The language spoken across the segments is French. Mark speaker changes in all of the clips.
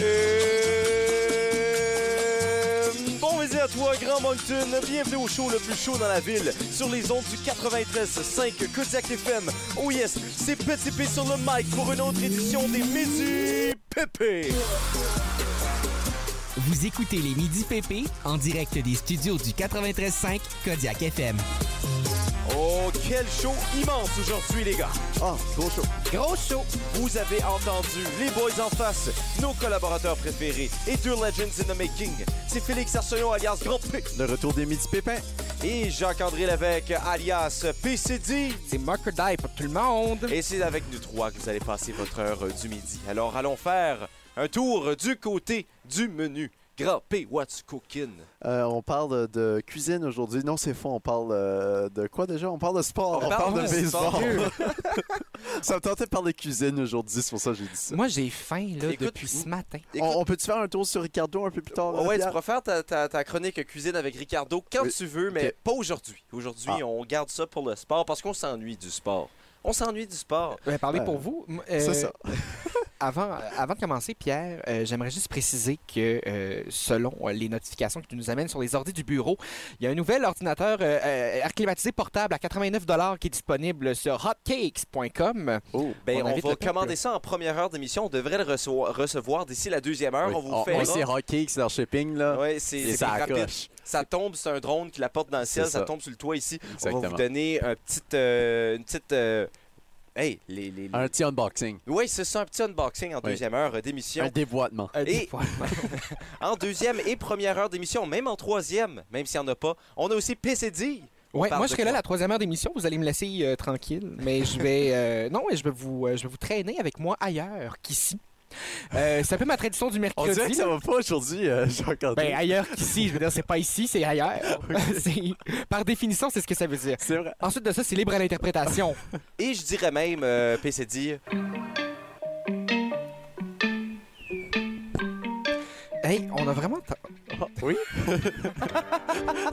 Speaker 1: Euh, Jonathan Moncton, bienvenue au show le plus chaud dans la ville, sur les ondes du 93.5 Kodiak FM. Oh yes, c'est Petit P sur le mic pour une autre édition des Midi Pépé.
Speaker 2: Vous écoutez les Midi PP en direct des studios du 93.5 Kodiak FM.
Speaker 1: Oh, quel show immense aujourd'hui, les gars!
Speaker 3: Ah, gros show.
Speaker 2: Gros show!
Speaker 1: Vous avez entendu les boys en face, nos collaborateurs préférés et deux legends in the making. C'est Félix Arsenault alias Grand P
Speaker 3: Le retour des midi pépins.
Speaker 1: et Jacques-André Lévesque alias PCD.
Speaker 4: C'est Mercredi pour tout le monde.
Speaker 1: Et c'est avec nous trois que vous allez passer votre heure euh, du midi. Alors allons faire un tour du côté du menu. Grand P, what's cooking?
Speaker 3: Euh, on parle de cuisine aujourd'hui. Non, c'est faux. On parle euh, de quoi déjà? On parle de sport.
Speaker 1: On parle de
Speaker 3: baseball. ça me tentait de parler de cuisine aujourd'hui. C'est pour ça que j'ai dit ça.
Speaker 4: Moi, j'ai faim là,
Speaker 1: Écoute,
Speaker 4: depuis ce matin.
Speaker 3: On, on peut-tu faire un tour sur Ricardo un peu plus tard?
Speaker 1: ouais, tu
Speaker 3: Pierre?
Speaker 1: pourras faire ta, ta- ta chronique cuisine avec Ricardo quand
Speaker 3: Oh, Oui.
Speaker 1: tu veux, mais
Speaker 3: Ok.
Speaker 1: pas aujourd'hui. Aujourd'hui,
Speaker 3: Ah.
Speaker 1: on garde ça pour le sport parce qu'on s'ennuie du sport. On s'ennuie du sport.
Speaker 4: Ben, parlez
Speaker 3: Euh,
Speaker 4: pour vous. M- euh,
Speaker 3: C'est ça.
Speaker 4: Avant, euh, avant de commencer, Pierre, euh, j'aimerais juste préciser que euh, selon euh, les notifications que tu nous amènes sur les ordi du bureau, il y a un nouvel ordinateur euh, euh, air climatisé portable à 89 qui est disponible sur hotcakes.com.
Speaker 3: Oh.
Speaker 1: Ben, on,
Speaker 4: On invite
Speaker 1: va
Speaker 4: le peuple.
Speaker 1: commander ça en première heure d'émission. On devrait le reço- recevoir d'ici la deuxième heure.
Speaker 3: Oui.
Speaker 1: On vous
Speaker 3: Ah,
Speaker 1: fait
Speaker 3: oui, c'est Hockey, c'est leur shipping, là.
Speaker 1: Ouais, c'est
Speaker 3: Et
Speaker 1: c'est
Speaker 3: ça
Speaker 1: rapide.
Speaker 3: accroche.
Speaker 1: Ça tombe, c'est un drone qui la porte dans le ciel,
Speaker 3: C'est
Speaker 1: ça.
Speaker 3: ça.
Speaker 1: tombe sur le toit ici. On va vous
Speaker 3: Exactement.
Speaker 1: donner un petit, euh, une petite. euh, hey, les. les,
Speaker 3: Un petit unboxing.
Speaker 1: Oui, c'est ça, un petit unboxing en
Speaker 3: Oui.
Speaker 1: deuxième heure euh,
Speaker 3: Un
Speaker 1: d'émission.
Speaker 3: déboîtement.
Speaker 4: Euh,
Speaker 1: Et-
Speaker 4: des fois,
Speaker 1: En deuxième et première heure d'émission, même en troisième, même s'il n'y en a pas. On a aussi PCD. On
Speaker 4: Ouais,
Speaker 1: parle
Speaker 4: moi
Speaker 1: de
Speaker 4: je serai là
Speaker 1: quoi?
Speaker 4: la troisième heure d'émission, vous allez me laisser euh, tranquille, mais je vais euh, non, je vais vous euh, je vais vous traîner avec moi ailleurs qu'ici. Euh, c'est un peu ma tradition du
Speaker 3: On
Speaker 4: mercredi.
Speaker 3: dirait que ça
Speaker 4: là.
Speaker 3: va pas aujourd'hui, euh, Jean-André.
Speaker 4: Ben ailleurs qu'ici, je veux dire c'est pas ici, c'est ailleurs. C'est- Par définition, c'est ce que ça veut dire.
Speaker 3: c'est vrai.
Speaker 4: Ensuite de ça, c'est libre à l'interprétation.
Speaker 1: Et je dirais même, euh, PCD,
Speaker 4: hey, on a vraiment ta-
Speaker 3: Oui. tu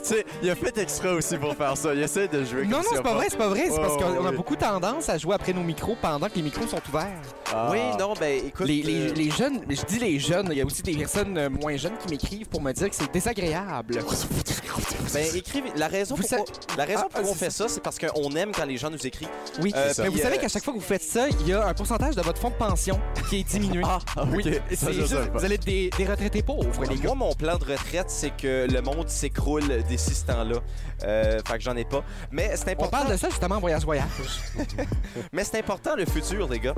Speaker 3: sais, il a fait extra aussi pour faire ça. Il essaie de
Speaker 4: Non
Speaker 3: jouer comme
Speaker 4: non,
Speaker 3: si on
Speaker 4: c'est pas
Speaker 3: parle-
Speaker 4: vrai, c'est pas vrai, c'est
Speaker 3: Ouais,
Speaker 4: parce qu'on
Speaker 3: ouais,
Speaker 4: on a
Speaker 3: oui.
Speaker 4: beaucoup tendance à jouer après nos micros pendant que les micros sont ouverts.
Speaker 3: Ah.
Speaker 1: Oui, non, ben écoute.
Speaker 4: Les, les-
Speaker 1: euh,
Speaker 4: les jeunes, mais je dis les jeunes, il y a aussi des personnes euh, moins jeunes qui m'écrivent pour me dire que c'est désagréable.
Speaker 1: Ben écrivez. La raison
Speaker 4: Vous
Speaker 1: pourquoi, la raison
Speaker 4: Ah,
Speaker 1: pourquoi on
Speaker 4: c'est
Speaker 1: fait ça, c'est parce qu'on aime quand les gens nous écrivent.
Speaker 4: Oui,
Speaker 1: Euh,
Speaker 3: ça.
Speaker 4: mais
Speaker 1: puis,
Speaker 4: vous
Speaker 1: euh,
Speaker 4: savez qu'à chaque fois que vous faites ça, il y a un pourcentage de votre fonds de pension qui est diminué.
Speaker 3: Ah, ok.
Speaker 4: oui,
Speaker 3: Ça,
Speaker 4: c'est
Speaker 3: je
Speaker 4: juste-
Speaker 3: savais pas.
Speaker 4: vous allez être des, des retraités pauvres, les gars.
Speaker 1: Moi, mon plan de retraite, c'est que le monde s'écroule d'ici ce temps-là. Euh, fait que j'en ai pas. Mais c'est
Speaker 4: On
Speaker 3: Oh.
Speaker 1: important.
Speaker 4: parle de ça justement en voyage voyage.
Speaker 1: Mais c'est important le futur, les gars.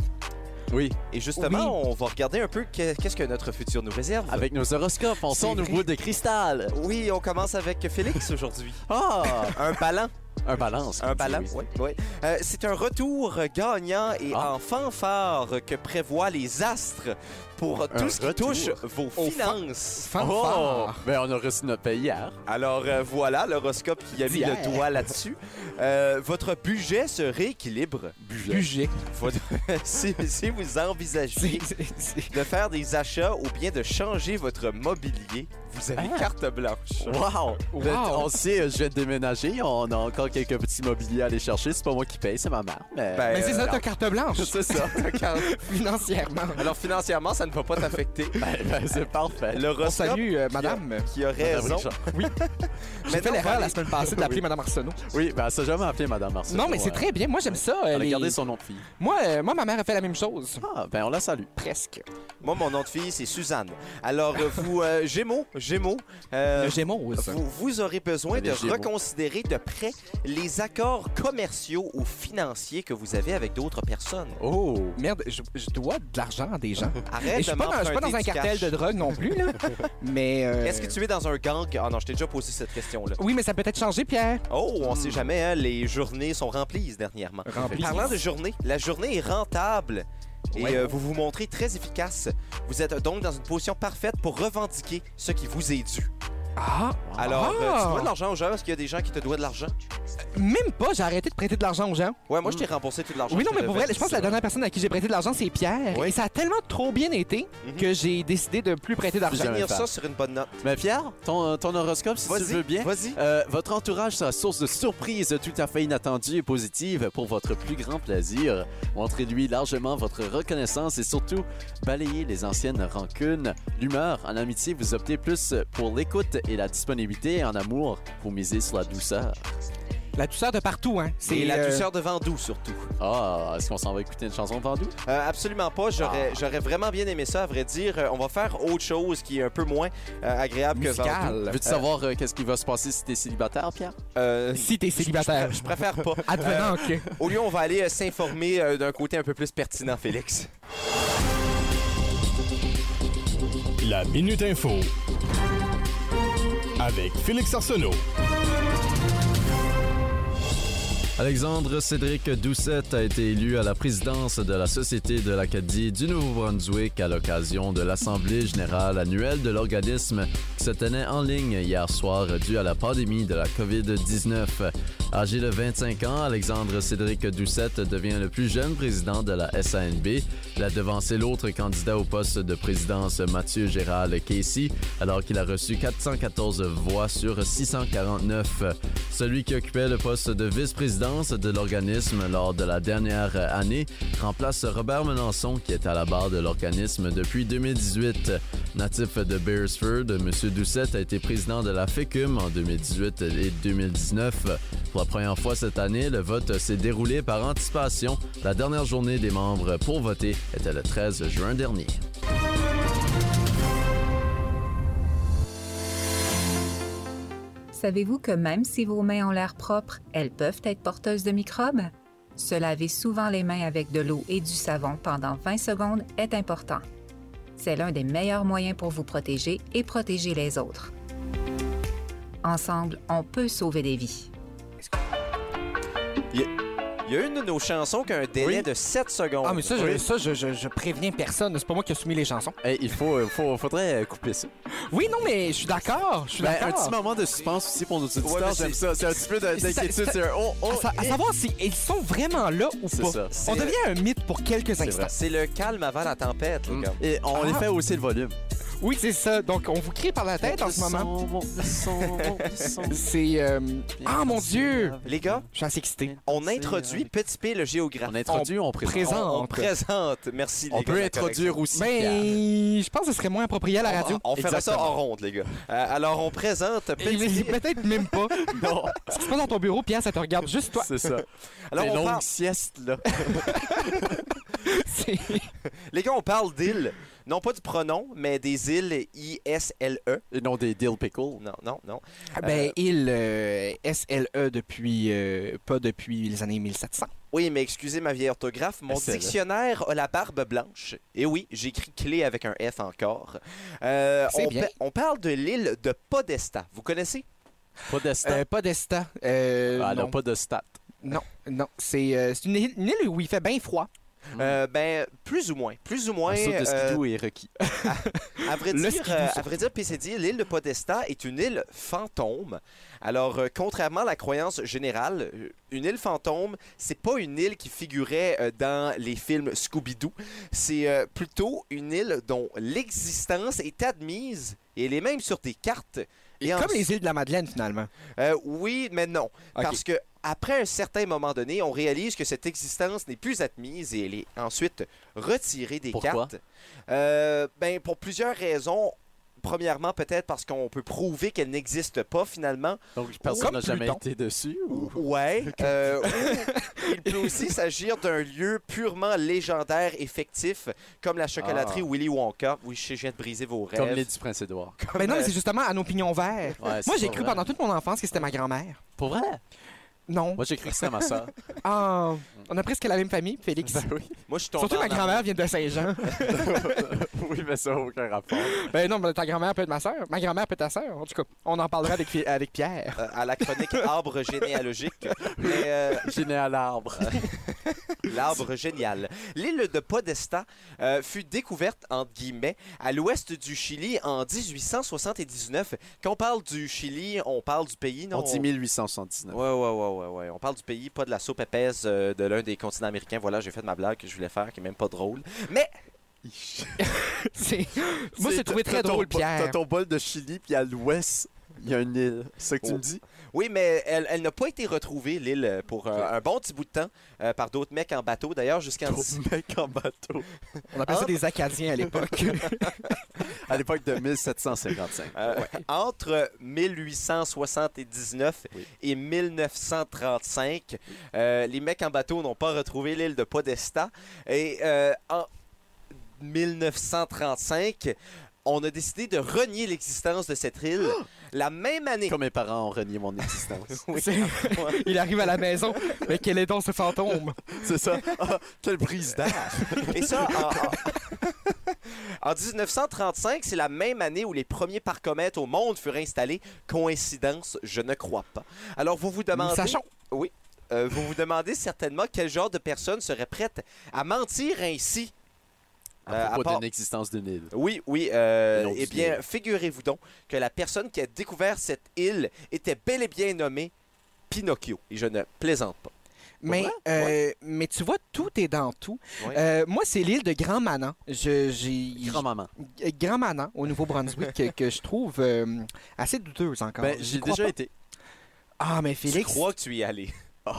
Speaker 3: Oui,
Speaker 1: Et justement, on va regarder un peu que- qu'est-ce que notre futur nous réserve.
Speaker 3: avec nos horoscopes, on
Speaker 4: C'est
Speaker 3: sort nos
Speaker 4: vrai.
Speaker 3: boules de cristal.
Speaker 1: Oui, on commence avec Félix aujourd'hui.
Speaker 3: Ah,
Speaker 1: Un ballon,
Speaker 3: un balance.
Speaker 1: un
Speaker 3: comme tu
Speaker 1: ballon.
Speaker 3: dis.
Speaker 1: Oui, oui. Euh, c'est un retour gagnant et
Speaker 3: Ah.
Speaker 1: en fanfare que prévoient les astres pour tout ce qui
Speaker 3: retour
Speaker 1: touche vos
Speaker 4: au
Speaker 1: finances.
Speaker 3: Oh,
Speaker 4: Fanfare.
Speaker 3: ben on a reçu notre paye hier.
Speaker 1: Alors euh, voilà, l'horoscope qui a mis
Speaker 4: D'hier.
Speaker 1: le doigt là-dessus. Euh, votre budget se rééquilibre.
Speaker 4: Budget.
Speaker 1: Votre- si, si vous envisagez
Speaker 4: C'est- c'est- c'est-
Speaker 1: de faire des achats ou bien de changer votre mobilier, vous avez
Speaker 4: Ah.
Speaker 1: carte blanche.
Speaker 3: Wow! Ben,
Speaker 4: Wow.
Speaker 3: on sait, euh, je viens de déménager, on a encore quelques petits mobiliers à aller chercher. C'est pas moi qui paye, c'est ma mère. Mais,
Speaker 1: Ben,
Speaker 4: Mais c'est ça,
Speaker 1: euh,
Speaker 4: ta carte blanche,
Speaker 3: c'est ça.
Speaker 4: financièrement.
Speaker 3: Bah,
Speaker 1: Alors financièrement, ça ne va pas t'affecter.
Speaker 3: Ben, ben, c'est parfait.
Speaker 4: On
Speaker 1: L'horoscope
Speaker 4: salue, euh, madame.
Speaker 1: qui a
Speaker 3: Madame
Speaker 1: raison.
Speaker 3: Richard.
Speaker 4: J'ai
Speaker 1: Maintenant, on
Speaker 4: fait
Speaker 1: va
Speaker 4: l'erreur la
Speaker 1: aller-
Speaker 4: semaine passée de l'appeler
Speaker 3: Oui.
Speaker 4: madame Arsenault.
Speaker 3: Oui, ben, elle s'est jamais appelée Madame Marceau.
Speaker 4: Non, mais c'est très bien. Moi, j'aime ça. euh,
Speaker 3: Elle a
Speaker 4: les-
Speaker 3: gardé son nom de fille.
Speaker 4: moi, euh, moi, ma mère a fait la même chose.
Speaker 3: Ah, ben on la salue.
Speaker 4: Presque.
Speaker 1: Moi, mon nom de fille, c'est Suzanne. Alors euh, vous, euh, Gémeaux, Gémeaux, euh,
Speaker 4: Le Gémeaux. ça.
Speaker 1: Vous, vous aurez besoin
Speaker 3: Les
Speaker 1: de
Speaker 3: Gémeaux.
Speaker 1: reconsidérer de près les accords commerciaux ou financiers que vous avez avec d'autres personnes.
Speaker 3: Oh!
Speaker 4: Merde, je, je dois de l'argent à des gens. Et
Speaker 1: Arrête
Speaker 4: je suis
Speaker 1: de
Speaker 4: pas, dans- je suis pas dans un
Speaker 1: m'emprunter du
Speaker 4: cartel
Speaker 1: cash.
Speaker 4: de drogue non plus, là. Mais. euh,
Speaker 1: Est-ce que tu es dans un gang? Ah non, je t'ai déjà posé cette question-là.
Speaker 4: Oui, mais ça peut être changé, Pierre.
Speaker 1: Oh, on sait
Speaker 3: Hmm.
Speaker 1: jamais, hein, les journées sont remplies dernièrement.
Speaker 4: Remplies.
Speaker 1: Parlant de journée, la journée est rentable et
Speaker 4: Ouais.
Speaker 1: euh, vous vous montrez très efficace. Vous êtes donc dans une position parfaite pour revendiquer ce qui vous est dû.
Speaker 4: Ah!
Speaker 1: Alors, euh,
Speaker 4: Ah.
Speaker 1: tu dois de l'argent aux gens? Est-ce qu'il y a des gens qui te doivent de l'argent?
Speaker 4: Même pas, j'ai arrêté de prêter de l'argent aux gens.
Speaker 1: Ouais, moi, je t'ai remboursé tout l'argent.
Speaker 4: Hmm. Oui,
Speaker 1: que
Speaker 4: non,
Speaker 1: je
Speaker 4: mais pour
Speaker 1: devais.
Speaker 4: vrai, je pense que la dernière personne à qui j'ai prêté de l'argent, c'est Pierre.
Speaker 1: Oui.
Speaker 4: Et ça a tellement trop bien été
Speaker 1: Mhm.
Speaker 4: que j'ai décidé de plus prêter d'argent.
Speaker 3: Jamais.
Speaker 1: Finir
Speaker 3: faire.
Speaker 1: ça sur une bonne note.
Speaker 3: Mais Pierre, ton, euh, ton horoscope, si tu
Speaker 1: Vas-y,
Speaker 3: veux bien.
Speaker 1: vas-y.
Speaker 3: Euh, votre entourage sera source de surprises tout à fait inattendues et positives pour votre plus grand plaisir. Montrez-lui largement votre reconnaissance et surtout balayez les anciennes rancunes. L'humeur, en amitié, vous optez plus pour l'écoute et la disponibilité. En amour, faut miser sur la douceur.
Speaker 4: La douceur de partout, hein.
Speaker 1: C'est la
Speaker 4: euh,
Speaker 1: douceur de Vendoux, surtout.
Speaker 3: Ah, est-ce qu'on s'en va écouter une chanson de Vendoux?
Speaker 1: Euh, absolument pas. J'aurais
Speaker 4: Ah.
Speaker 1: j'aurais vraiment bien aimé ça, à vrai dire. Euh, on va faire autre chose qui est un peu moins euh, agréable que Vendoux.
Speaker 4: musicale.
Speaker 3: Veux-tu savoir euh, qu'est-ce qui va se passer si t'es célibataire, Pierre?
Speaker 1: Euh,
Speaker 4: Si t'es célibataire.
Speaker 1: je préfère pas.
Speaker 4: Advenant que.
Speaker 1: Au lieu, on va aller euh, s'informer euh, d'un côté un peu plus pertinent, Félix.
Speaker 5: La Minute Info. Avec Félix Arsenault.
Speaker 6: Alexandre Cédric Doucette a été élu à la présidence de la Société de l'Acadie du Nouveau-Brunswick à l'occasion de l'Assemblée générale annuelle de l'organisme qui se tenait en ligne hier soir due à la pandémie de la COVID-19. Âgé de 25 ans, Alexandre Cédric Doucette devient le plus jeune président de la SANB. Il a devancé l'autre candidat au poste de présidence, Mathieu Gérald Casey, alors qu'il a reçu 414 voix sur 649. Celui qui occupait le poste de vice-présidence de l'organisme lors de la dernière année remplace Robert Melançon qui est à la barre de l'organisme depuis 2018. Natif de Beresford, M. Doucette a été président de la FECUM en 2018 et 2019. Pour la première fois cette année, le vote s'est déroulé par anticipation. La dernière journée des membres pour voter était le 13 juin dernier.
Speaker 7: Savez-vous que même si vos mains ont l'air propres, elles peuvent être porteuses de microbes? Se laver souvent les mains avec de l'eau et du savon pendant 20 secondes est important. C'est l'un des meilleurs moyens pour vous protéger et protéger les autres. Ensemble, on peut sauver des vies.
Speaker 1: Il y a une de nos chansons qui a un délai
Speaker 3: Oui.
Speaker 1: de 7 secondes.
Speaker 4: Ah, mais ça, je,
Speaker 1: Oui.
Speaker 4: ça je, je- je préviens personne. C'est pas moi qui ai soumis les chansons.
Speaker 3: Eh, il faut, euh, faut- faudrait euh, couper ça.
Speaker 4: Oui, non, mais je suis d'accord. Je suis
Speaker 3: Ben, un petit
Speaker 4: d'accord.
Speaker 3: moment de suspense aussi pour nos
Speaker 1: Ouais,
Speaker 3: auditeurs.
Speaker 1: mais c'est-
Speaker 3: J'aime ça. C'est un petit peu de-
Speaker 4: c'est-
Speaker 3: d'inquiétude.
Speaker 4: c'est-
Speaker 3: C'est un oh, oh,
Speaker 4: À, sa- à
Speaker 3: eh.
Speaker 4: savoir si ils sont vraiment là ou
Speaker 3: C'est
Speaker 4: pas.
Speaker 3: ça.
Speaker 1: C'est-
Speaker 4: On devient un mythe pour quelques
Speaker 3: vrai. Mm.
Speaker 4: instants.
Speaker 1: C'est le calme avant la tempête, les gars.
Speaker 3: Et on les fait hausser le volume.
Speaker 4: Oui, c'est ça. Donc, on vous crie par la tête en ce moment. C'est. euh, Ah, mon Dieu!
Speaker 1: Les gars,
Speaker 4: Je suis assez excité.
Speaker 1: on introduit Petit P le géographe.
Speaker 3: On introduit, on, présente.
Speaker 4: présente.
Speaker 1: On, on présente. Merci, les
Speaker 3: On
Speaker 1: gars, de
Speaker 3: peut
Speaker 1: la
Speaker 3: introduire aussi. Pierre.
Speaker 4: Mais je pense que ce serait moins approprié à la radio.
Speaker 1: correction. Ah, On, on fera ça
Speaker 3: Exactement.
Speaker 1: en ronde, les gars. Euh, alors, on présente
Speaker 4: Et-
Speaker 1: Petit P.
Speaker 4: Peut-être même pas. Ce qui se passe dans ton bureau, Pierre, ça te regarde juste toi.
Speaker 3: C'est ça.
Speaker 1: Alors,
Speaker 3: Les
Speaker 1: on
Speaker 3: longues
Speaker 1: parle-
Speaker 3: siestes, là.
Speaker 4: C'est-
Speaker 1: Les gars, on parle d'îles. Non pas du pronom, mais des îles I-S-L-E.
Speaker 3: Et non des deal pickles.
Speaker 1: E. Non, non, non.
Speaker 4: ben, il euh, SLE depuis euh, pas depuis les années 1700.
Speaker 1: Oui, mais excusez ma vieille orthographe, mon
Speaker 3: SLE.
Speaker 1: dictionnaire a la barbe blanche. Et oui, j'écris clé avec un F encore. Euh,
Speaker 4: C'est
Speaker 1: on,
Speaker 4: bien.
Speaker 1: pa- on parle de l'île de Podesta. Vous connaissez?
Speaker 3: Pas de stats.
Speaker 4: Euh, pas d'Esta. Euh,
Speaker 3: ah,
Speaker 4: non,
Speaker 3: non, pas de stats.
Speaker 4: non, non. C'est euh, c'est une, île- une île où il fait bien froid.
Speaker 3: Mm.
Speaker 1: Euh, ben, plus ou moins. Plus ou moins.
Speaker 3: Un saut de
Speaker 1: euh,
Speaker 3: skidoo est requis.
Speaker 1: À vrai
Speaker 4: Le
Speaker 1: dire,
Speaker 4: skidoo,
Speaker 1: euh, à
Speaker 4: surtout.
Speaker 1: vrai dire, PCD, l'île de Podesta est une île fantôme. Alors, euh, contrairement à la croyance générale, euh, une île fantôme, c'est pas une île qui figurait euh, dans les films Scooby-Doo. C'est euh, plutôt une île dont l'existence est admise et elle est même sur des cartes. Et en-
Speaker 4: Comme les îles de la Madeleine, finalement.
Speaker 1: Euh, oui, mais non.
Speaker 4: Ok.
Speaker 1: Parce que après un certain moment donné, on réalise que cette existence n'est plus admise et elle est ensuite retirée des
Speaker 3: Pourquoi?
Speaker 1: cartes. Euh, ben, pour plusieurs raisons. Premièrement, peut-être parce qu'on peut prouver qu'elle n'existe pas finalement.
Speaker 3: Donc, personne
Speaker 4: Comme
Speaker 3: n'a jamais
Speaker 4: Pluton.
Speaker 3: été dessus. Ou...
Speaker 1: Ouais. euh, ou il peut aussi s'agir d'un lieu purement légendaire et fictif, comme la chocolaterie Willy Wonka. Oui, je sais, je viens de briser vos rêves.
Speaker 3: Comme les du Prince-Édouard.
Speaker 1: Comme,
Speaker 4: Ben non,
Speaker 1: euh,
Speaker 4: mais c'est justement à nos pignons verts.
Speaker 3: Ouais,
Speaker 4: Moi,
Speaker 3: c'est
Speaker 4: j'ai
Speaker 3: pas
Speaker 4: cru
Speaker 3: vrai.
Speaker 4: pendant toute mon enfance que c'était ma grand-mère.
Speaker 3: Pour vrai?
Speaker 4: Non.
Speaker 3: Moi, j'ai cru que c'était ma soeur.
Speaker 4: Ah, on a presque la même famille, Félix.
Speaker 3: Ben
Speaker 1: Moi, je suis tombé
Speaker 4: Surtout
Speaker 1: en
Speaker 4: ma
Speaker 1: amour.
Speaker 4: grand-mère vient de Saint-Jean.
Speaker 3: oui, mais ça n'a aucun rapport.
Speaker 4: Ben non, mais ta grand-mère peut être ma soeur. Ma grand-mère peut être ta soeur. En tout cas, on en parlera avec, avec Pierre.
Speaker 1: Euh, à la chronique arbre généalogique. Mais, euh,
Speaker 3: J'ai à l'arbre.
Speaker 1: L'arbre génial. L'île de Podesta euh, fut découverte, entre guillemets, à l'ouest du Chili en 1879. Quand on parle du Chili, on parle du pays, non?
Speaker 3: On dit 1879.
Speaker 1: Ouais, ouais, ouais, ouais, ouais. On parle du pays, pas de la soupe épaisse euh, de l'un des continents américains. Voilà, j'ai fait ma blague que je voulais faire, qui est même pas drôle. Mais
Speaker 4: C'est- Moi, j'ai trouvé très
Speaker 3: T'as ton
Speaker 4: drôle,
Speaker 3: bol- T'as
Speaker 4: Pierre.
Speaker 3: ton bol de Chili, puis à l'ouest, Il y a une île. C'est ça que tu
Speaker 1: Oh.
Speaker 3: me dis?
Speaker 1: Oui, mais elle, elle n'a pas été retrouvée, l'île, pour euh, un bon petit bout de temps, euh, par d'autres mecs en bateau, d'ailleurs, jusqu'en...
Speaker 3: Gros mec en bateau.
Speaker 4: On appelait
Speaker 1: Ah.
Speaker 4: ça des Acadiens à l'époque.
Speaker 3: À l'époque de 1755.
Speaker 1: euh, Entre 1879
Speaker 3: Oui.
Speaker 1: et 1935, euh, les mecs en bateau n'ont pas retrouvé l'île de Podesta. Et euh, en 1935, on a décidé de renier l'existence de cette île la même année.
Speaker 3: Ah! Comme mes parents ont renié mon existence.
Speaker 1: Oui.
Speaker 4: C'est- Il arrive à la maison, mais quel est donc ce fantôme?
Speaker 3: C'est ça. Ah, quelle brise d'air.
Speaker 1: Et ça, en, en- en 1935, c'est la même année où les premiers parcomètres au monde furent installés. Coïncidence, je ne crois pas. Alors, vous vous demandez...
Speaker 4: Sachons.
Speaker 1: Euh, vous vous demandez certainement quel genre de personne serait prête à mentir ainsi. Euh,
Speaker 3: À
Speaker 1: à
Speaker 3: propos
Speaker 1: part-
Speaker 3: d'une existence d'une île.
Speaker 1: Oui, oui. euh,
Speaker 3: Une autre
Speaker 1: eh bien,
Speaker 3: île.
Speaker 1: figurez-vous donc que la personne qui a découvert cette île était bel et bien nommée Pinocchio. Et je ne plaisante pas.
Speaker 4: Mais, euh, mais tu vois, tout est dans tout.
Speaker 1: Ouais.
Speaker 4: Euh, moi, c'est l'île de Grand Manan. Je- j'ai-
Speaker 3: Grand-maman.
Speaker 4: Euh, Grand Manan, au Nouveau-Brunswick, que, que je trouve euh, assez douteuse encore.
Speaker 3: Ben,
Speaker 4: J'y
Speaker 3: j'ai
Speaker 4: crois
Speaker 3: déjà
Speaker 4: pas.
Speaker 3: été.
Speaker 4: Ah, mais
Speaker 1: Je
Speaker 4: Félix,
Speaker 1: crois que tu y es allé.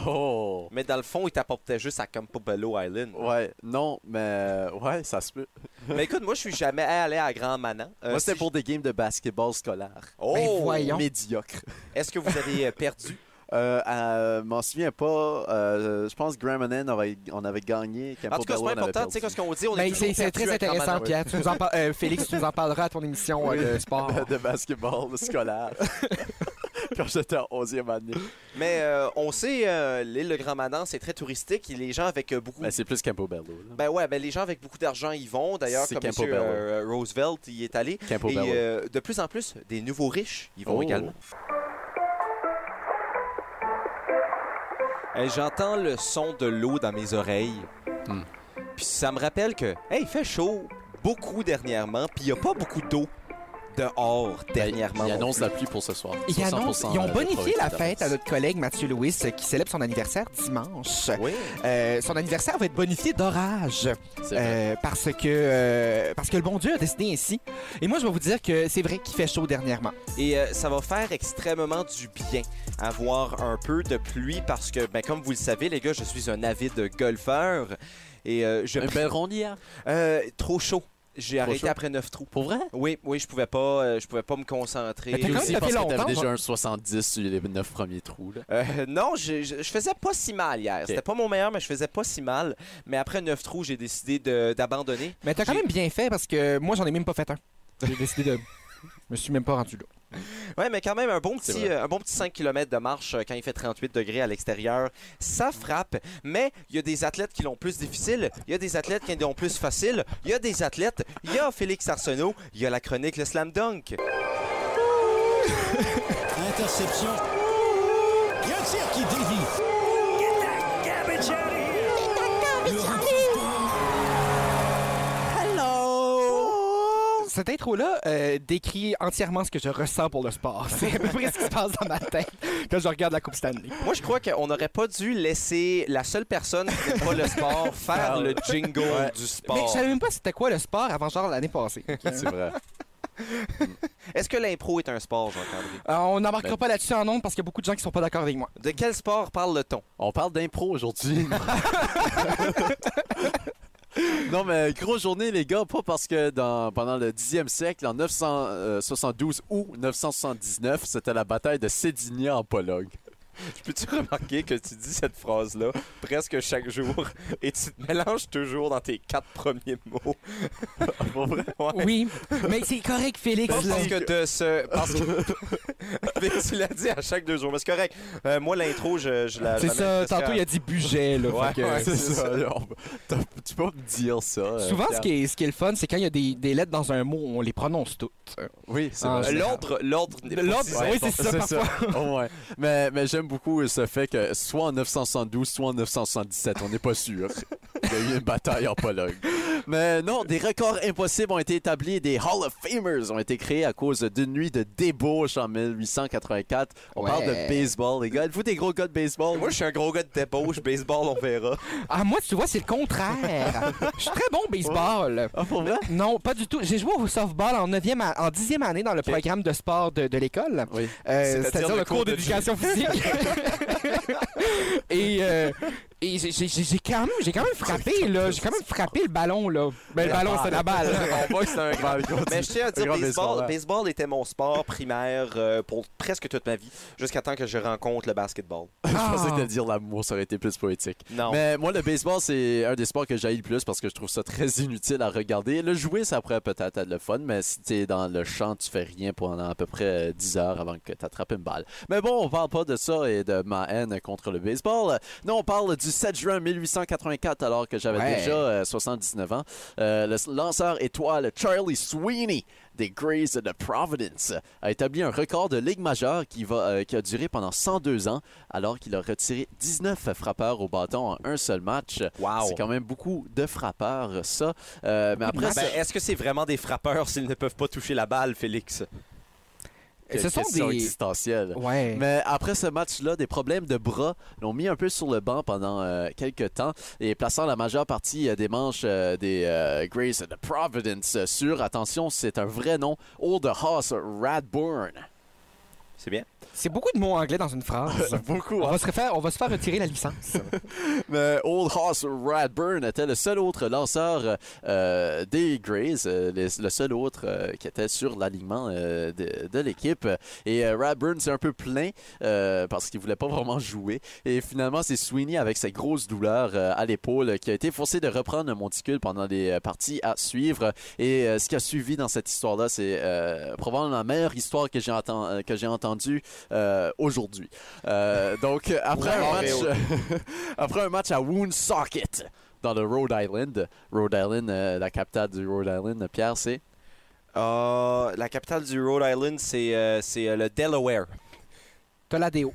Speaker 3: Oh!
Speaker 1: Mais dans le fond, il t'apportait juste à Campobello Island.
Speaker 3: Ouais, non, mais euh, ouais, ça se peut.
Speaker 1: Mais écoute, moi, je suis jamais allé à Grand Manan. Euh,
Speaker 3: Moi,
Speaker 1: si
Speaker 3: c'était
Speaker 1: je-
Speaker 3: pour des games de basketball scolaire.
Speaker 1: Oh!
Speaker 4: Ben, voyons. Non.
Speaker 3: Médiocre.
Speaker 1: Est-ce que vous avez euh, perdu?
Speaker 3: Euh, euh, m'en souviens pas. euh, je pense que Graham and Ann, on avait, on avait gagné.
Speaker 1: en tout cas, c'est pas
Speaker 3: Campobello, on avait
Speaker 1: important. Tu sais,
Speaker 3: perdu.
Speaker 1: qu'est-ce qu'on dit? On
Speaker 4: ben,
Speaker 1: est
Speaker 4: c'est
Speaker 1: toujours
Speaker 4: c'est
Speaker 1: perdu
Speaker 4: très
Speaker 1: à Grand Manan.
Speaker 4: intéressant, Pierre. Tu nous en par- euh, Félix, tu nous en parleras à ton émission euh,
Speaker 3: Oui.
Speaker 4: de sport.
Speaker 3: de basketball scolaire. Quand j'étais en 11e année.
Speaker 1: Mais euh, on sait, euh, l'île de Grand Manan, c'est très touristique. Et les gens avec euh, beaucoup...
Speaker 3: Ben, c'est plus Campobello. là.
Speaker 1: Ben ouais, ben les gens avec beaucoup d'argent y vont. D'ailleurs,
Speaker 3: C'est
Speaker 1: comme M.
Speaker 3: Campobello.
Speaker 1: Roosevelt y est allé. Et
Speaker 3: Campobello.
Speaker 1: euh, de plus en plus, des nouveaux riches y vont
Speaker 3: Ben, Oh.
Speaker 1: également. Et Eh, J'entends le son de l'eau dans mes oreilles.
Speaker 3: Hmm.
Speaker 1: Puis ça me rappelle que, hey, il fait chaud beaucoup dernièrement, puis il n'y a pas beaucoup d'eau dehors dernièrement.
Speaker 3: Ils
Speaker 1: non
Speaker 3: annoncent
Speaker 1: plus.
Speaker 3: la pluie pour ce soir.
Speaker 4: Ils,
Speaker 3: 60%
Speaker 4: annoncent- ils ont
Speaker 1: euh,
Speaker 3: de
Speaker 4: bonifié la
Speaker 3: probabilité
Speaker 4: fête à
Speaker 3: d'avance.
Speaker 4: notre collègue Mathieu Louis euh, qui célèbre son anniversaire dimanche.
Speaker 1: Oui.
Speaker 4: Euh, son anniversaire va être bonifié d'orage
Speaker 3: C'est vrai.
Speaker 4: euh, parce que euh, parce que le bon Dieu a décidé ainsi. Et moi, je vais vous dire que c'est vrai qu'il fait chaud dernièrement.
Speaker 1: Et euh, ça va faire extrêmement du bien avoir un peu de pluie parce que, ben, comme vous le savez, les gars, je suis un avide golfeur. Et euh, je.
Speaker 3: Une belle ronde hier.
Speaker 1: Euh, trop chaud. J'ai arrêté
Speaker 3: chaud?
Speaker 1: après 9 trous.
Speaker 3: hein. Pour vrai?
Speaker 1: Oui, oui, je pouvais pas, euh, je pouvais pas me concentrer.
Speaker 4: Mais t'as
Speaker 3: Et
Speaker 4: quand même
Speaker 3: aussi
Speaker 4: tapé
Speaker 3: parce que
Speaker 4: longtemps,
Speaker 3: t'avais déjà
Speaker 4: moi.
Speaker 3: un 70 sur les 9 premiers trous. Là.
Speaker 1: Euh, non, je, je- je faisais pas si mal hier. C'était pas mon meilleur, mais je faisais pas si mal. Mais après 9 trous, j'ai décidé de- d'abandonner.
Speaker 4: Mais t'as quand
Speaker 1: J'ai-
Speaker 4: même bien fait parce que moi, j'en ai même pas fait un. J'ai décidé de. Je me suis même pas rendu là.
Speaker 1: Ouais, mais quand même un bon
Speaker 3: C'est
Speaker 1: petit,
Speaker 3: vrai.
Speaker 1: euh, un bon petit 5 km de marche euh, quand il fait 38 degrés à l'extérieur, ça frappe. Mais il y a des athlètes qui l'ont plus difficile, il y a des athlètes qui l'ont plus facile, il y a des athlètes, il y a Félix Arsenault, il y a la chronique le slam dunk.
Speaker 5: Interception. Il y a un tir qui dévie.
Speaker 4: Cette intro-là euh, décrit entièrement ce que je ressens pour le sport. C'est à peu près ce qui se passe dans ma tête quand je regarde la Coupe Stanley.
Speaker 1: Moi, je crois qu'on n'aurait pas dû laisser la seule personne qui n'aime pas le sport faire le jingle du
Speaker 4: Mais je
Speaker 1: sport.
Speaker 4: savais même pas c'était quoi le sport avant genre l'année passée.
Speaker 3: C'est vrai.
Speaker 1: Est-ce que l'impro est un sport, Jean-Candré?
Speaker 4: Euh, on n'embarquera
Speaker 3: Ben-
Speaker 4: pas là-dessus en nombre parce qu'il y a beaucoup de gens qui sont pas d'accord avec moi.
Speaker 1: De quel sport parle-t-on?
Speaker 3: On parle d'impro aujourd'hui. non, mais grosse journée, les gars, pas parce que dans, pendant le 10e siècle, en 972 ou 979, c'était la bataille de Sédigny en Pologne.
Speaker 1: Peux-tu remarquer que tu dis cette phrase-là presque chaque jour et tu te mélanges toujours dans tes quatre premiers mots?
Speaker 3: Pour vrai?
Speaker 4: Oui, mais c'est correct, Félix.
Speaker 1: Parce
Speaker 4: là.
Speaker 1: que de ce. Parce que. Mais tu l'as dit à chaque deux jours, mais c'est correct. Euh, moi, l'intro, je, je la. je
Speaker 4: C'est
Speaker 1: la
Speaker 4: ça,
Speaker 1: mets presque
Speaker 4: tantôt
Speaker 1: à-
Speaker 4: il a dit budget. Là,
Speaker 1: Ouais,
Speaker 4: fait que-
Speaker 1: ouais.
Speaker 3: C'est
Speaker 1: c'est
Speaker 3: ça. On- t'as- Tu peux pas me dire ça. euh,
Speaker 4: Souvent, ce
Speaker 3: Pierre.
Speaker 4: qui, est, ce qui est le fun, c'est quand il y a des, des lettres dans un mot, on les prononce toutes.
Speaker 3: Oui, c'est
Speaker 4: Ah,
Speaker 3: vrai.
Speaker 1: L'ordre. L'ordre. n'est pas si
Speaker 4: L'ordre, oui,
Speaker 1: important.
Speaker 4: c'est ça, parfois.
Speaker 3: Oh, ouais. Mais, mais j'aime beaucoup euh, ce fait que soit en 972, soit en 977, on n'est pas sûr. Il y a eu une bataille en Pologne. Mais non, des records impossibles ont été établis et des Hall of Famers ont été créés à cause d'une nuit de débauche en 1884. On
Speaker 4: Ouais.
Speaker 3: parle de baseball, les gars. Êtes-vous des gros gars de baseball?
Speaker 1: Moi, je suis un gros gars de débauche, baseball, on verra.
Speaker 4: Ah, moi, tu vois, c'est le contraire. Je suis très bon au baseball.
Speaker 3: Ah, pour vrai?
Speaker 4: Non, pas du tout. J'ai joué au softball en, 9e a- en 10e année dans le programme de sport de, de l'école.
Speaker 3: Oui.
Speaker 4: Euh,
Speaker 1: C'est-à-dire
Speaker 4: C'est-à-dire
Speaker 1: le
Speaker 4: le
Speaker 1: cours
Speaker 4: cours
Speaker 1: de
Speaker 4: d'éducation physique. et euh, et j'ai- j'ai j'ai quand, même- j'ai quand même frappé, là. J'ai quand même frappé le ballon, là. Ben, le ballon, c'est la balle.
Speaker 3: On voit que c'est un grand
Speaker 1: Mais je tiens à dire,
Speaker 3: grand
Speaker 1: baseball,
Speaker 3: baseball, ouais.
Speaker 1: baseball était mon sport primaire euh, pour presque toute ma vie, jusqu'à temps que je rencontre le basketball.
Speaker 3: Je pensais
Speaker 4: Ah.
Speaker 3: que de dire l'amour, ça aurait été plus poétique.
Speaker 1: Non.
Speaker 3: Mais moi, le baseball, c'est un des sports que j'aille le plus parce que je trouve ça très inutile à regarder. Le jouer, ça pourrait peut-être être le fun, mais si t'es dans le champ, tu fais rien pendant à peu près euh, 10 heures avant que t'attrapes une balle. Mais bon, on parle pas de ça et de ma haine contre le baseball. Non, on parle du 7 juin 1884 alors que j'avais
Speaker 4: Ouais.
Speaker 3: déjà euh, 79 ans. Euh, le lanceur étoile Charlie Sweeney des Grays de Providence a établi un record de Ligue majeure qui, va, euh, qui a duré pendant 102 ans alors qu'il a retiré 19 frappeurs au bâton en un seul match.
Speaker 1: Wow.
Speaker 3: C'est quand même beaucoup de frappeurs, ça. Euh, mais
Speaker 4: Ah,
Speaker 3: après, ça-
Speaker 1: Ben, Est-ce que c'est vraiment des frappeurs s'ils ne peuvent pas toucher la balle, Félix?
Speaker 4: Ben, Ce sont
Speaker 3: question
Speaker 4: des.
Speaker 3: existentielle.
Speaker 4: Ouais.
Speaker 3: Mais après ce match-là, des problèmes de bras l'ont mis un peu sur le banc pendant euh, quelques temps et plaçant la majeure partie euh, des manches euh, des euh, Grays de Providence euh, sur, attention, c'est un vrai nom, Old Hoss Radburn.
Speaker 1: C'est bien.
Speaker 4: C'est beaucoup de mots anglais dans une phrase.
Speaker 3: Beaucoup,
Speaker 4: On va, se refaire, on va se faire retirer la licence.
Speaker 3: Mais Old Hoss Radburn était le seul autre lanceur euh, euh, des Grays, euh, les- le seul autre euh, qui était sur l'alignement euh, de, de l'équipe. Et euh, Radburn s'est un peu plaint euh, parce qu'il voulait pas vraiment jouer. Et finalement, c'est Sweeney avec ses grosses douleurs euh, à l'épaule qui a été forcé de reprendre un monticule pendant les euh, parties à suivre. Et euh, ce qui a suivi dans cette histoire-là, c'est euh, probablement la meilleure histoire que j'ai enten- euh, que j'ai entendue euh, aujourd'hui. Euh, donc, euh, après un
Speaker 1: Wow.
Speaker 3: match... Après un match à Woonsocket dans le Rhode Island. Rhode Island, euh, la capitale du Rhode Island, Pierre, c'est.
Speaker 1: Euh, la capitale du Rhode Island, c'est euh, c'est, euh, le Delaware.
Speaker 4: T'as la DO.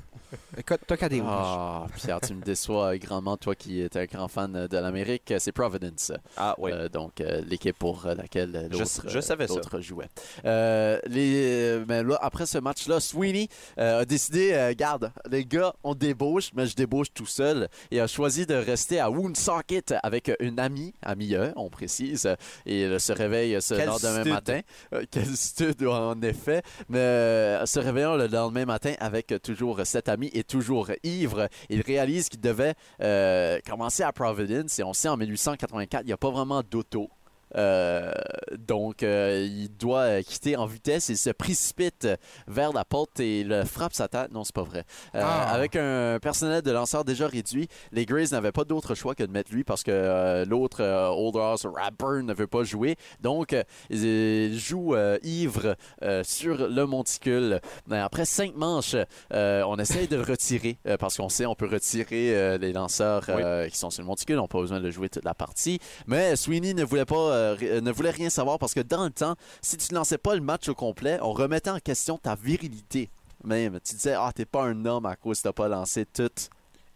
Speaker 4: Écoute, T'as qu'à DO.
Speaker 3: Ah, Pierre, tu me déçois grandement, toi qui es un grand fan de l'Amérique. C'est Providence.
Speaker 1: Ah oui.
Speaker 3: Euh, donc, euh, l'équipe pour euh, laquelle euh,
Speaker 1: Je-
Speaker 3: l'autre
Speaker 1: je
Speaker 3: euh,
Speaker 1: savais ça.
Speaker 3: l'autre jouait. Euh, les, mais là, après ce match-là, Sweeney euh, a décidé, euh, garde, les gars, on débauche, mais je débauche tout seul, et a choisi de rester à Woonsocket avec une amie, amie E, on précise, et elle se réveille euh, ce
Speaker 1: Quelle
Speaker 3: lendemain
Speaker 1: stud.
Speaker 3: matin. Euh, quelle stud, en effet, mais euh, se réveillant le lendemain matin avec euh, toujours cet ami et toujours ivre, il réalise qu'il devait euh, commencé à Providence et on sait en 1884, il n'y a pas vraiment d'auto. Euh, donc, euh, il doit euh, quitter en vitesse. Il se précipite vers la porte et le frappe sa tête. Non, c'est pas vrai. Euh,
Speaker 4: Ah.
Speaker 3: Avec un personnel de lanceurs déjà réduit, les Grays n'avaient pas d'autre choix que de mettre lui parce que euh, l'autre, euh, Old House Radburn, ne veut pas jouer. Donc, euh, il joue euh, ivre euh, sur le monticule. Mais après cinq manches, euh, on essaye de le retirer euh, parce qu'on sait on peut retirer euh, les lanceurs euh, qui sont sur le monticule. On n'a pas besoin de jouer toute la partie. Mais Sweeney ne voulait pas, euh, ri- euh, ne voulait rien savoir parce que dans le temps, si tu ne lançais pas le match au complet, on remettait en question ta virilité. Même, tu disais, ah, t'es pas un homme à cause que t'as pas lancé tout.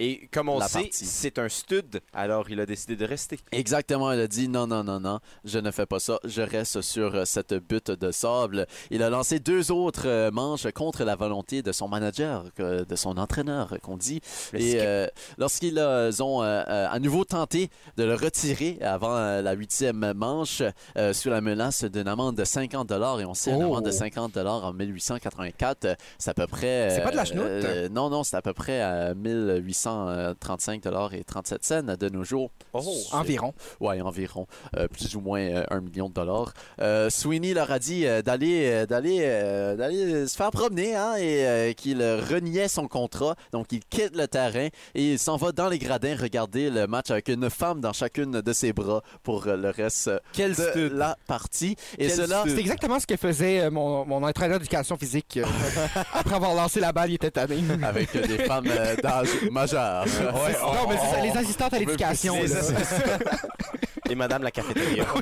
Speaker 1: Et comme on
Speaker 3: La
Speaker 1: sait,
Speaker 3: partie.
Speaker 1: c'est un stud, alors il a décidé de rester.
Speaker 3: Exactement, il a dit, non, non, non, non, je ne fais pas ça, je reste sur euh, cette butte de sable. Il a lancé deux autres euh, manches contre la volonté de son manager, que- de son entraîneur, qu'on dit. Et euh, lorsqu'ils euh, ont euh, euh, à nouveau tenté de le retirer avant euh, la huitième manche, euh, sous la menace d'une amende de 50 et on sait une
Speaker 4: Oh.
Speaker 3: amende de 50 en 1884, euh, c'est à peu près...
Speaker 4: C'est pas de la
Speaker 3: euh,
Speaker 4: chenoute?
Speaker 3: euh, non, non, c'est à peu près à 1835 et 37 cents de nos jours. C'est-
Speaker 4: Environ.
Speaker 3: Ouais, environ. euh, plus ou moins euh, un million de dollars. Euh, Sweeney leur a dit euh, d'aller euh, d'aller euh, d'aller se faire promener hein, et euh, qu'il euh, reniait son contrat. Donc, il quitte le terrain et il s'en va dans les gradins regarder le match avec une femme dans chacune de ses bras pour euh, le reste euh,
Speaker 1: Quel
Speaker 3: de
Speaker 1: stud.
Speaker 3: la partie. Et
Speaker 1: Quel
Speaker 3: cela...
Speaker 1: stud.
Speaker 4: C'est exactement ce que faisait euh, mon, mon entraîneur d'éducation physique. euh, Après avoir lancé la balle, il était tanné.
Speaker 3: Avec euh, des femmes euh, d'âge majeur.
Speaker 4: non, mais c'est ça, les assistantes à
Speaker 3: on veut
Speaker 4: l'éducation.
Speaker 3: plus
Speaker 4: là.
Speaker 1: Et madame la cafétéria.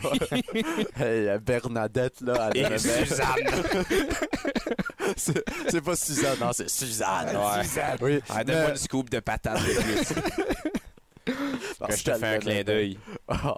Speaker 3: Hey, euh, Bernadette, là, elle
Speaker 1: Et
Speaker 3: aimait-
Speaker 1: Suzanne.
Speaker 3: c'est c'est pas Suzanne, non, c'est Suzanne.
Speaker 1: Ouais.
Speaker 3: Suzanne. Oui.
Speaker 1: Ah,
Speaker 3: Mais-
Speaker 1: scoop de patate de plus.
Speaker 3: Parce
Speaker 1: je te
Speaker 3: qu'elle
Speaker 1: fais un
Speaker 3: l'aimait.
Speaker 1: clin d'œil.
Speaker 3: Ah.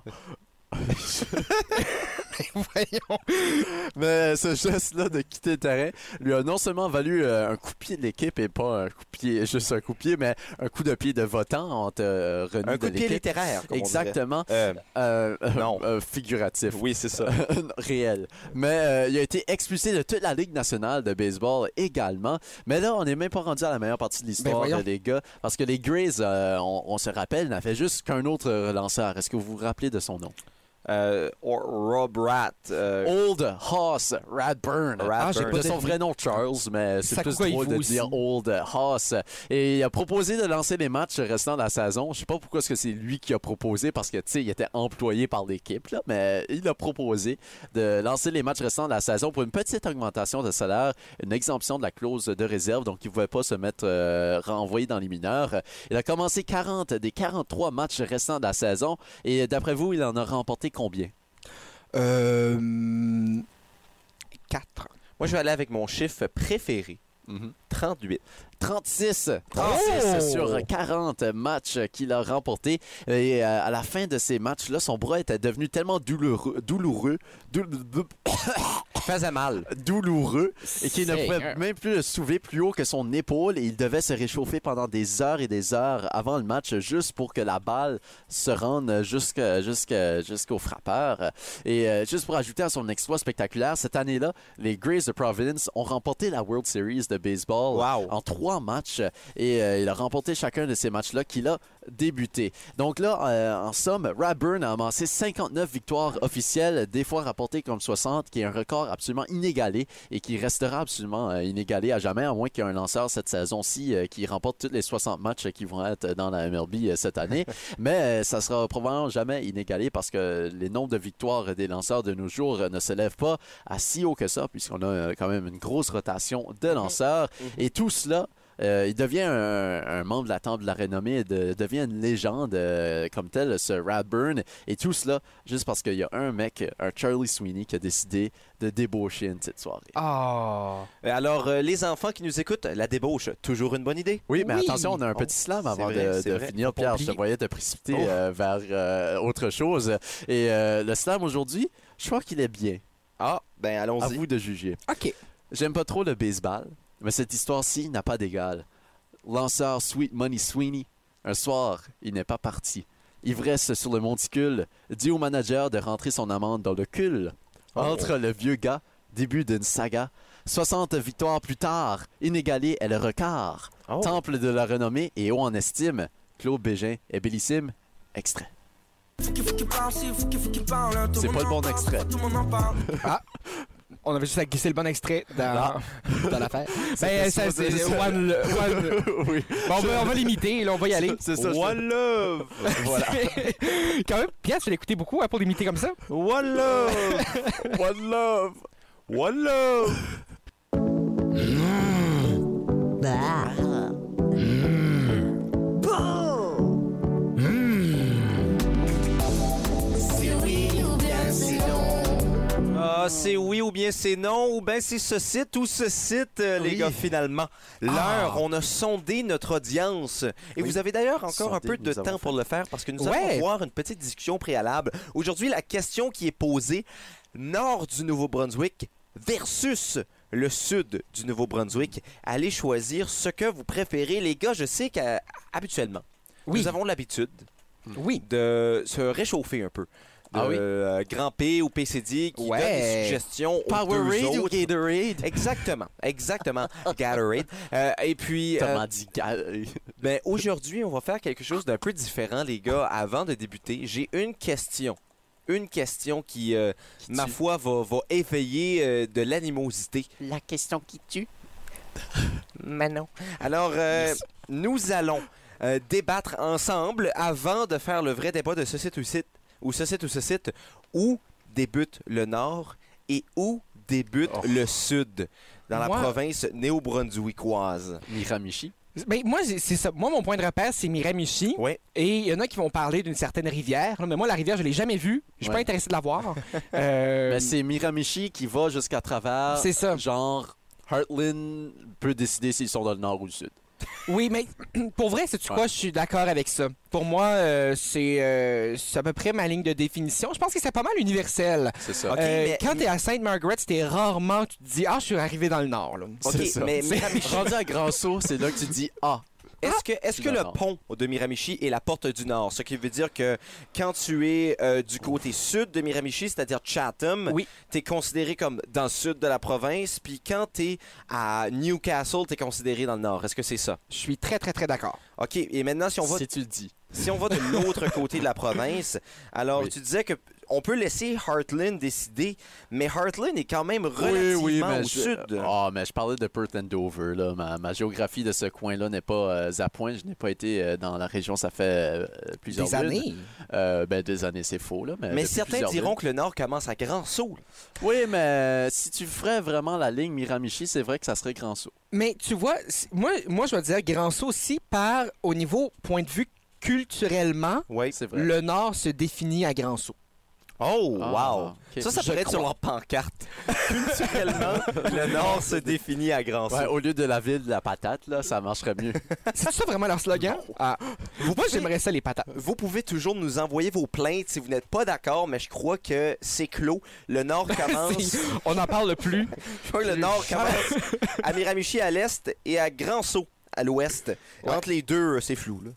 Speaker 4: Voyons.
Speaker 3: Mais ce geste-là de quitter le terrain lui a non seulement valu euh, un coup de pied de l'équipe et pas un coup de pied, juste un coup de pied, mais un coup de pied de votant entre euh, René
Speaker 1: Un
Speaker 3: de
Speaker 1: coup de pied
Speaker 3: l'équipe.
Speaker 1: littéraire, comme on dirait.
Speaker 3: Exactement.
Speaker 1: Euh,
Speaker 3: Euh,
Speaker 1: Non.
Speaker 3: euh, figuratif.
Speaker 1: oui, c'est ça.
Speaker 3: réel. Mais euh, il a été expulsé de toute la Ligue nationale de baseball également. Mais là, on n'est même pas rendu à la meilleure partie de l'histoire
Speaker 4: voyons.
Speaker 3: euh, des gars. Parce que les Grays, euh, on, on se rappelle, n'avaient juste qu'un autre lanceur. Est-ce que vous vous rappelez de son nom?
Speaker 1: Euh, or- Rob Rat. euh,
Speaker 3: Old Hoss Radburn.
Speaker 1: Radburn.
Speaker 4: Ah, j'ai pas
Speaker 3: de son
Speaker 4: deviné.
Speaker 3: vrai nom Charles, mais c'est plus
Speaker 4: Sakuga
Speaker 3: drôle de
Speaker 4: Ivo
Speaker 3: dire
Speaker 4: aussi.
Speaker 3: Old Hoss. Et il a proposé de lancer les matchs restants de la saison. Je sais pas pourquoi est-ce que c'est lui qui a proposé, parce que tu sais, il était employé par l'équipe, là, mais il a proposé de lancer les matchs restants de la saison pour une petite augmentation de salaire, une exemption de la clause de réserve, donc il ne pouvait pas se mettre euh, renvoyé dans les mineurs. Il a commencé 40 des 43 matchs restants de la saison, et d'après vous, il en a remporté combien?
Speaker 4: Euh. 4.
Speaker 1: Moi, je vais aller avec mon chiffre préféré.
Speaker 4: Mm-hmm.
Speaker 3: Mhm.
Speaker 1: 38.
Speaker 3: 36, 36 sur 40 matchs qu'il a remportés. Et euh, à la fin de ces matchs-là, son bras était devenu tellement douloureux, douloureux, doul- doul-
Speaker 1: Faisait mal.
Speaker 3: douloureux, et qu'il ne pouvait
Speaker 4: Seigneur.
Speaker 3: même plus le soulever plus haut que son épaule. Et il devait se réchauffer pendant des heures et des heures avant le match, juste pour que la balle se rende jusque- jusque- jusqu'au frappeur. Et euh, juste pour ajouter à son exploit spectaculaire, cette année-là, les Grays de Providence ont remporté la World Series de baseball
Speaker 1: Wow.
Speaker 3: en trois matchs et euh, il a remporté chacun de ces matchs-là qu'il a débuté. Donc là, euh, en somme, Radburn a amassé 59 victoires officielles, des fois rapportées comme 60, qui est un record absolument inégalé et qui restera absolument euh, inégalé à jamais, à moins qu'il y ait un lanceur cette saison-ci euh, qui remporte tous les 60 matchs qui vont être dans la MLB euh, cette année. Mais euh, ça sera probablement jamais inégalé parce que les nombres de victoires des lanceurs de nos jours euh, ne s'élèvent pas à si haut que ça, puisqu'on a euh, quand même une grosse rotation de lanceurs. Et tout cela. euh, il devient un, un membre de la Temple de la Renommée, de- devient une légende euh, comme telle, ce Radburn. Et tout cela juste parce qu'il y a un mec, euh, un Charlie Sweeney, qui a décidé de débaucher une petite soirée.
Speaker 4: Ah.
Speaker 1: Alors, euh, les enfants qui nous écoutent, la débauche, toujours une bonne idée.
Speaker 3: Oui, mais
Speaker 4: Oui.
Speaker 3: attention, on a un
Speaker 1: Oh,
Speaker 3: petit slam
Speaker 1: c'est
Speaker 3: avant
Speaker 1: vrai,
Speaker 3: de-
Speaker 1: c'est
Speaker 3: de,
Speaker 1: vrai.
Speaker 3: finir. Pierre, je te
Speaker 4: oublier.
Speaker 3: voyais te précipiter
Speaker 1: Oh.
Speaker 3: euh, vers euh, autre chose. Et euh, le slam aujourd'hui, je crois qu'il est bien.
Speaker 1: Ah, ben
Speaker 3: À
Speaker 1: allons-y.
Speaker 3: vous de juger.
Speaker 4: OK.
Speaker 3: J'aime pas trop le baseball, mais cette histoire-ci n'a pas d'égal. Lanceur Sweet Money Sweeney, un soir, il n'est pas parti. Ivresse sur le monticule, dit au manager de rentrer son amende dans le cul. Entre le vieux gars, début d'une saga. 60 victoires plus tard, inégalé est le record.
Speaker 1: Oh.
Speaker 3: Temple de la renommée et haut en estime. Claude Bégin est bellissime. Extrait. C'est pas le bon extrait.
Speaker 4: On avait juste à glisser le bon extrait dans, dans l'affaire.
Speaker 3: C'était
Speaker 4: Ben, Ah. ça,
Speaker 3: supposé
Speaker 4: c'est
Speaker 3: ça.
Speaker 4: one, one-
Speaker 3: oui,
Speaker 4: Bon, on va, on va l'imiter, là, on va y aller.
Speaker 3: c'est ça. je-
Speaker 1: One love!
Speaker 3: Voilà.
Speaker 4: Quand même, Pierre, tu l'écoutais beaucoup hein, pour l'imiter comme ça.
Speaker 1: One love!
Speaker 3: One love.
Speaker 1: One love!
Speaker 3: Bah.
Speaker 1: Ah, c'est oui ou bien c'est non, ou bien c'est ce site ou ce site, euh, les
Speaker 3: Oui. Ah.
Speaker 1: gars, finalement. L'heure, on a sondé notre audience. Et
Speaker 3: Oui.
Speaker 1: vous avez d'ailleurs encore un
Speaker 3: Sondé,
Speaker 1: peu de
Speaker 3: nous avons
Speaker 1: temps pour le faire parce que nous
Speaker 4: Ouais.
Speaker 1: allons avoir une petite discussion préalable. Aujourd'hui, la question qui est posée, nord du Nouveau-Brunswick versus le sud du Nouveau-Brunswick. Allez choisir ce que vous préférez. Les gars, je sais qu'habituellement,
Speaker 4: Oui.
Speaker 1: nous avons l'habitude
Speaker 4: Oui.
Speaker 1: de se réchauffer un peu. De,
Speaker 3: Ah oui.
Speaker 1: euh, Grand P ou PCD qui
Speaker 4: Ouais.
Speaker 1: donne des suggestions aux deux
Speaker 3: Powerade ou
Speaker 1: autres.
Speaker 3: Gatorade?
Speaker 1: Exactement, exactement. Gatorade. Euh, et puis, euh,
Speaker 3: Thomas dit Gal-
Speaker 1: ben, aujourd'hui, on va faire quelque chose d'un peu différent, les gars. Avant de débuter, j'ai une question. Une question qui, euh, ma
Speaker 3: tue.
Speaker 1: foi, va, va éveiller euh, de l'animosité.
Speaker 2: La question qui tue.
Speaker 1: Mais non. Alors, euh, nous allons euh, débattre ensemble avant de faire le vrai débat de ce site ou site, ou ce site ou ce site, où débute le nord et où débute
Speaker 3: Oh.
Speaker 1: le sud dans la
Speaker 4: Moi-
Speaker 1: province néo-brunswickoise.
Speaker 3: Miramichi.
Speaker 4: Ben, moi, j'ai- c'est ça. Moi, mon point de repère, c'est Miramichi.
Speaker 1: Ouais.
Speaker 4: Et il y en a qui vont parler d'une certaine rivière. là, mais moi, la rivière, je l'ai jamais vue. Je suis
Speaker 3: Ouais.
Speaker 4: pas intéressé de la voir. Euh,
Speaker 3: Ben, c'est Miramichi qui va jusqu'à travers.
Speaker 4: C'est ça.
Speaker 3: Genre, Heartland peut décider s'ils sont dans le nord ou le sud.
Speaker 4: Oui, mais pour vrai, c'est tu quoi, je suis d'accord avec ça. Pour moi, euh, c'est euh, c'est à peu près ma ligne de définition. Je pense que c'est pas mal universel.
Speaker 3: C'est ça.
Speaker 1: Ok,
Speaker 4: Euh,
Speaker 1: mais-
Speaker 4: Quand t'es à Sainte Margaret, t'es rarement, tu te dis, ah, je suis arrivé dans le nord. Là.
Speaker 1: Ok,
Speaker 3: C'est ça.
Speaker 1: mais Miramichi,
Speaker 3: Rendu à Grasso, c'est là que tu dis Ah,
Speaker 1: est-ce que, est-ce que le
Speaker 3: Finalement.
Speaker 1: pont de Miramichi est la porte du Nord? Ce qui veut dire que quand tu es euh, du côté sud de Miramichi, c'est-à-dire Chatham,
Speaker 4: Oui.
Speaker 1: tu es considéré comme dans le sud de la province, puis quand tu es à Newcastle, tu es considéré dans le Nord. Est-ce que c'est ça?
Speaker 4: Je suis très, très, très d'accord.
Speaker 1: OK, et maintenant, si on va
Speaker 3: si tu le dis.
Speaker 1: Si on va de l'autre côté de la province, alors
Speaker 3: Oui.
Speaker 1: tu disais que on peut laisser Heartland décider, mais Heartland est quand même relativement au
Speaker 3: je...
Speaker 1: sud.
Speaker 3: Ah, mais je parlais de Perth and Dover. Là. Ma, ma géographie de ce coin-là n'est pas euh, à point. Je n'ai pas été euh, dans la région, ça fait euh, plusieurs
Speaker 4: Des
Speaker 3: lunes.
Speaker 4: années.
Speaker 3: Euh, ben, des années, c'est faux. Là, mais
Speaker 1: mais
Speaker 3: depuis
Speaker 1: certains
Speaker 3: plusieurs
Speaker 1: diront
Speaker 3: lunes.
Speaker 1: que le nord commence à Grand Sault.
Speaker 3: Oui, mais euh, si tu ferais vraiment la ligne Miramichi, c'est vrai que ça serait grand saut.
Speaker 4: Mais tu vois, c- moi, moi je vais dire grand saut aussi par, au niveau point de vue culturellement,
Speaker 1: Oui.
Speaker 3: C'est vrai.
Speaker 4: le nord se définit à grand saut.
Speaker 1: Oh,
Speaker 3: Ah,
Speaker 1: wow.
Speaker 3: ok.
Speaker 1: Ça, ça
Speaker 3: Je
Speaker 1: pourrait être sur leur pancarte. Culturellement, le nord se définit à Grand Sault.
Speaker 3: Ouais, au lieu de la ville de la patate, là, ça marcherait mieux.
Speaker 4: C'est ça vraiment leur slogan? Ah. Moi, j'aimerais ça, les patates.
Speaker 1: Vous pouvez toujours nous envoyer vos plaintes si vous n'êtes pas d'accord, mais je crois que c'est clos. Le nord commence
Speaker 4: C'est- On n'en parle plus.
Speaker 1: Je crois que le nord commence à Miramichi à l'est et à Grand Sault à l'ouest. Entre les deux, euh, c'est flou. Là.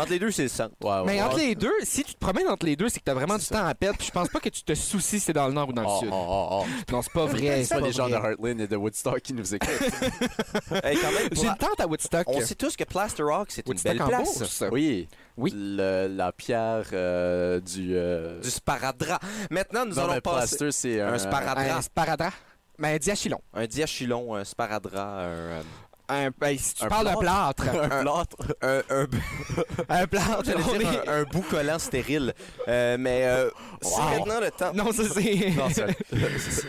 Speaker 1: Entre les deux, c'est le centre.
Speaker 3: Ouais, ouais.
Speaker 4: Mais entre les deux, si tu te promènes entre les deux, c'est que t'as vraiment du temps à perdre. puis Je pense pas que tu te soucies si c'est dans le nord ou dans le
Speaker 3: Oh,
Speaker 4: sud.
Speaker 3: oh, oh, oh.
Speaker 4: Non, c'est pas vrai.
Speaker 3: C'est
Speaker 4: c'est
Speaker 3: pas les
Speaker 4: pas
Speaker 3: gens de
Speaker 4: vrai.
Speaker 3: Heartland et de Woodstock qui nous écoutent.
Speaker 1: Eh, quand même, pour-
Speaker 4: J'ai une tente à Woodstock.
Speaker 1: on sait tous que Plaster Rock, c'est une
Speaker 4: Woodstock
Speaker 1: belle
Speaker 4: en
Speaker 1: place.
Speaker 4: Beauce.
Speaker 3: oui.
Speaker 4: Oui.
Speaker 3: Le- la pierre euh, du. euh,
Speaker 1: Du sparadrap. Maintenant, nous
Speaker 3: non,
Speaker 1: allons
Speaker 3: mais
Speaker 1: passer
Speaker 3: plaster, c'est euh,
Speaker 1: un sparadrap.
Speaker 4: Euh, Un sparadrap. Mais un diachylon.
Speaker 1: Un diachylon, un sparadrap, un, euh,
Speaker 4: Un, ben, si tu
Speaker 3: Un
Speaker 4: parles d'un plâtre.
Speaker 1: un, un- un-
Speaker 4: un plâtre.
Speaker 1: j'allais
Speaker 4: on
Speaker 1: dire
Speaker 4: est-
Speaker 1: un, un bout collant stérile. Euh, mais euh, c'est
Speaker 4: Wow.
Speaker 1: maintenant le temps.
Speaker 4: Non, ça c'est.
Speaker 1: Non, c'est-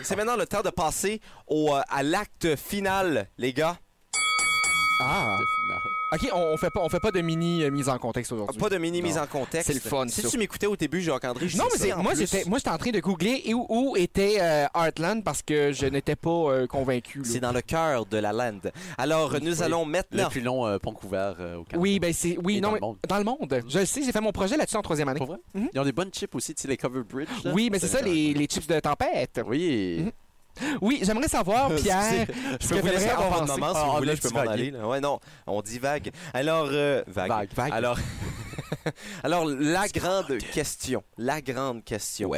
Speaker 1: c'est maintenant le temps de passer au, euh, à l'acte final, les gars.
Speaker 4: Ah. Ok, on, on fait pas, on fait pas de mini euh, mise en contexte aujourd'hui.
Speaker 1: Pas de mini mise
Speaker 4: Non.
Speaker 1: en contexte.
Speaker 4: C'est le fun,
Speaker 1: Si
Speaker 4: ça.
Speaker 1: tu m'écoutais au début, Jacques-André, je
Speaker 4: Non, mais
Speaker 1: disais
Speaker 4: c'est-
Speaker 1: en
Speaker 4: moi
Speaker 1: plus-
Speaker 4: j'étais, moi j'étais en train de googler et où, où était euh, Heartland parce que je n'étais pas euh, convaincu. là.
Speaker 1: C'est dans le cœur de la land. Alors, nous
Speaker 3: oui.
Speaker 1: allons
Speaker 3: Le
Speaker 1: maintenant.
Speaker 3: plus long euh, pont couvert euh, au Canada.
Speaker 4: Oui, ben c'est, oui,
Speaker 3: Et
Speaker 4: non,
Speaker 3: dans
Speaker 4: mais-
Speaker 3: le monde.
Speaker 4: dans le monde. Je le sais, j'ai fait mon projet là-dessus en troisième année.
Speaker 3: Pour vrai?
Speaker 4: Mhm.
Speaker 3: Ils ont des bonnes chips aussi, tu sais, les Cover Bridge. là.
Speaker 4: Oui, mais c'est ça, les, les chips de tempête.
Speaker 3: Oui.
Speaker 4: Mhm. Oui, j'aimerais savoir, Pierre,
Speaker 1: Je
Speaker 4: ce
Speaker 1: peux
Speaker 4: que
Speaker 1: vous laisser
Speaker 4: t'aimerais
Speaker 1: avoir votre
Speaker 4: avancer.
Speaker 1: moment si
Speaker 3: Ah,
Speaker 1: vous
Speaker 3: on
Speaker 1: voulez,
Speaker 3: a
Speaker 1: je peux m'en
Speaker 3: divagué.
Speaker 1: aller. là. Ouais, non, on divague. Alors, euh, vague.
Speaker 4: Ah,
Speaker 3: Vague, vague.
Speaker 1: Alors, alors la grande question, la grande question.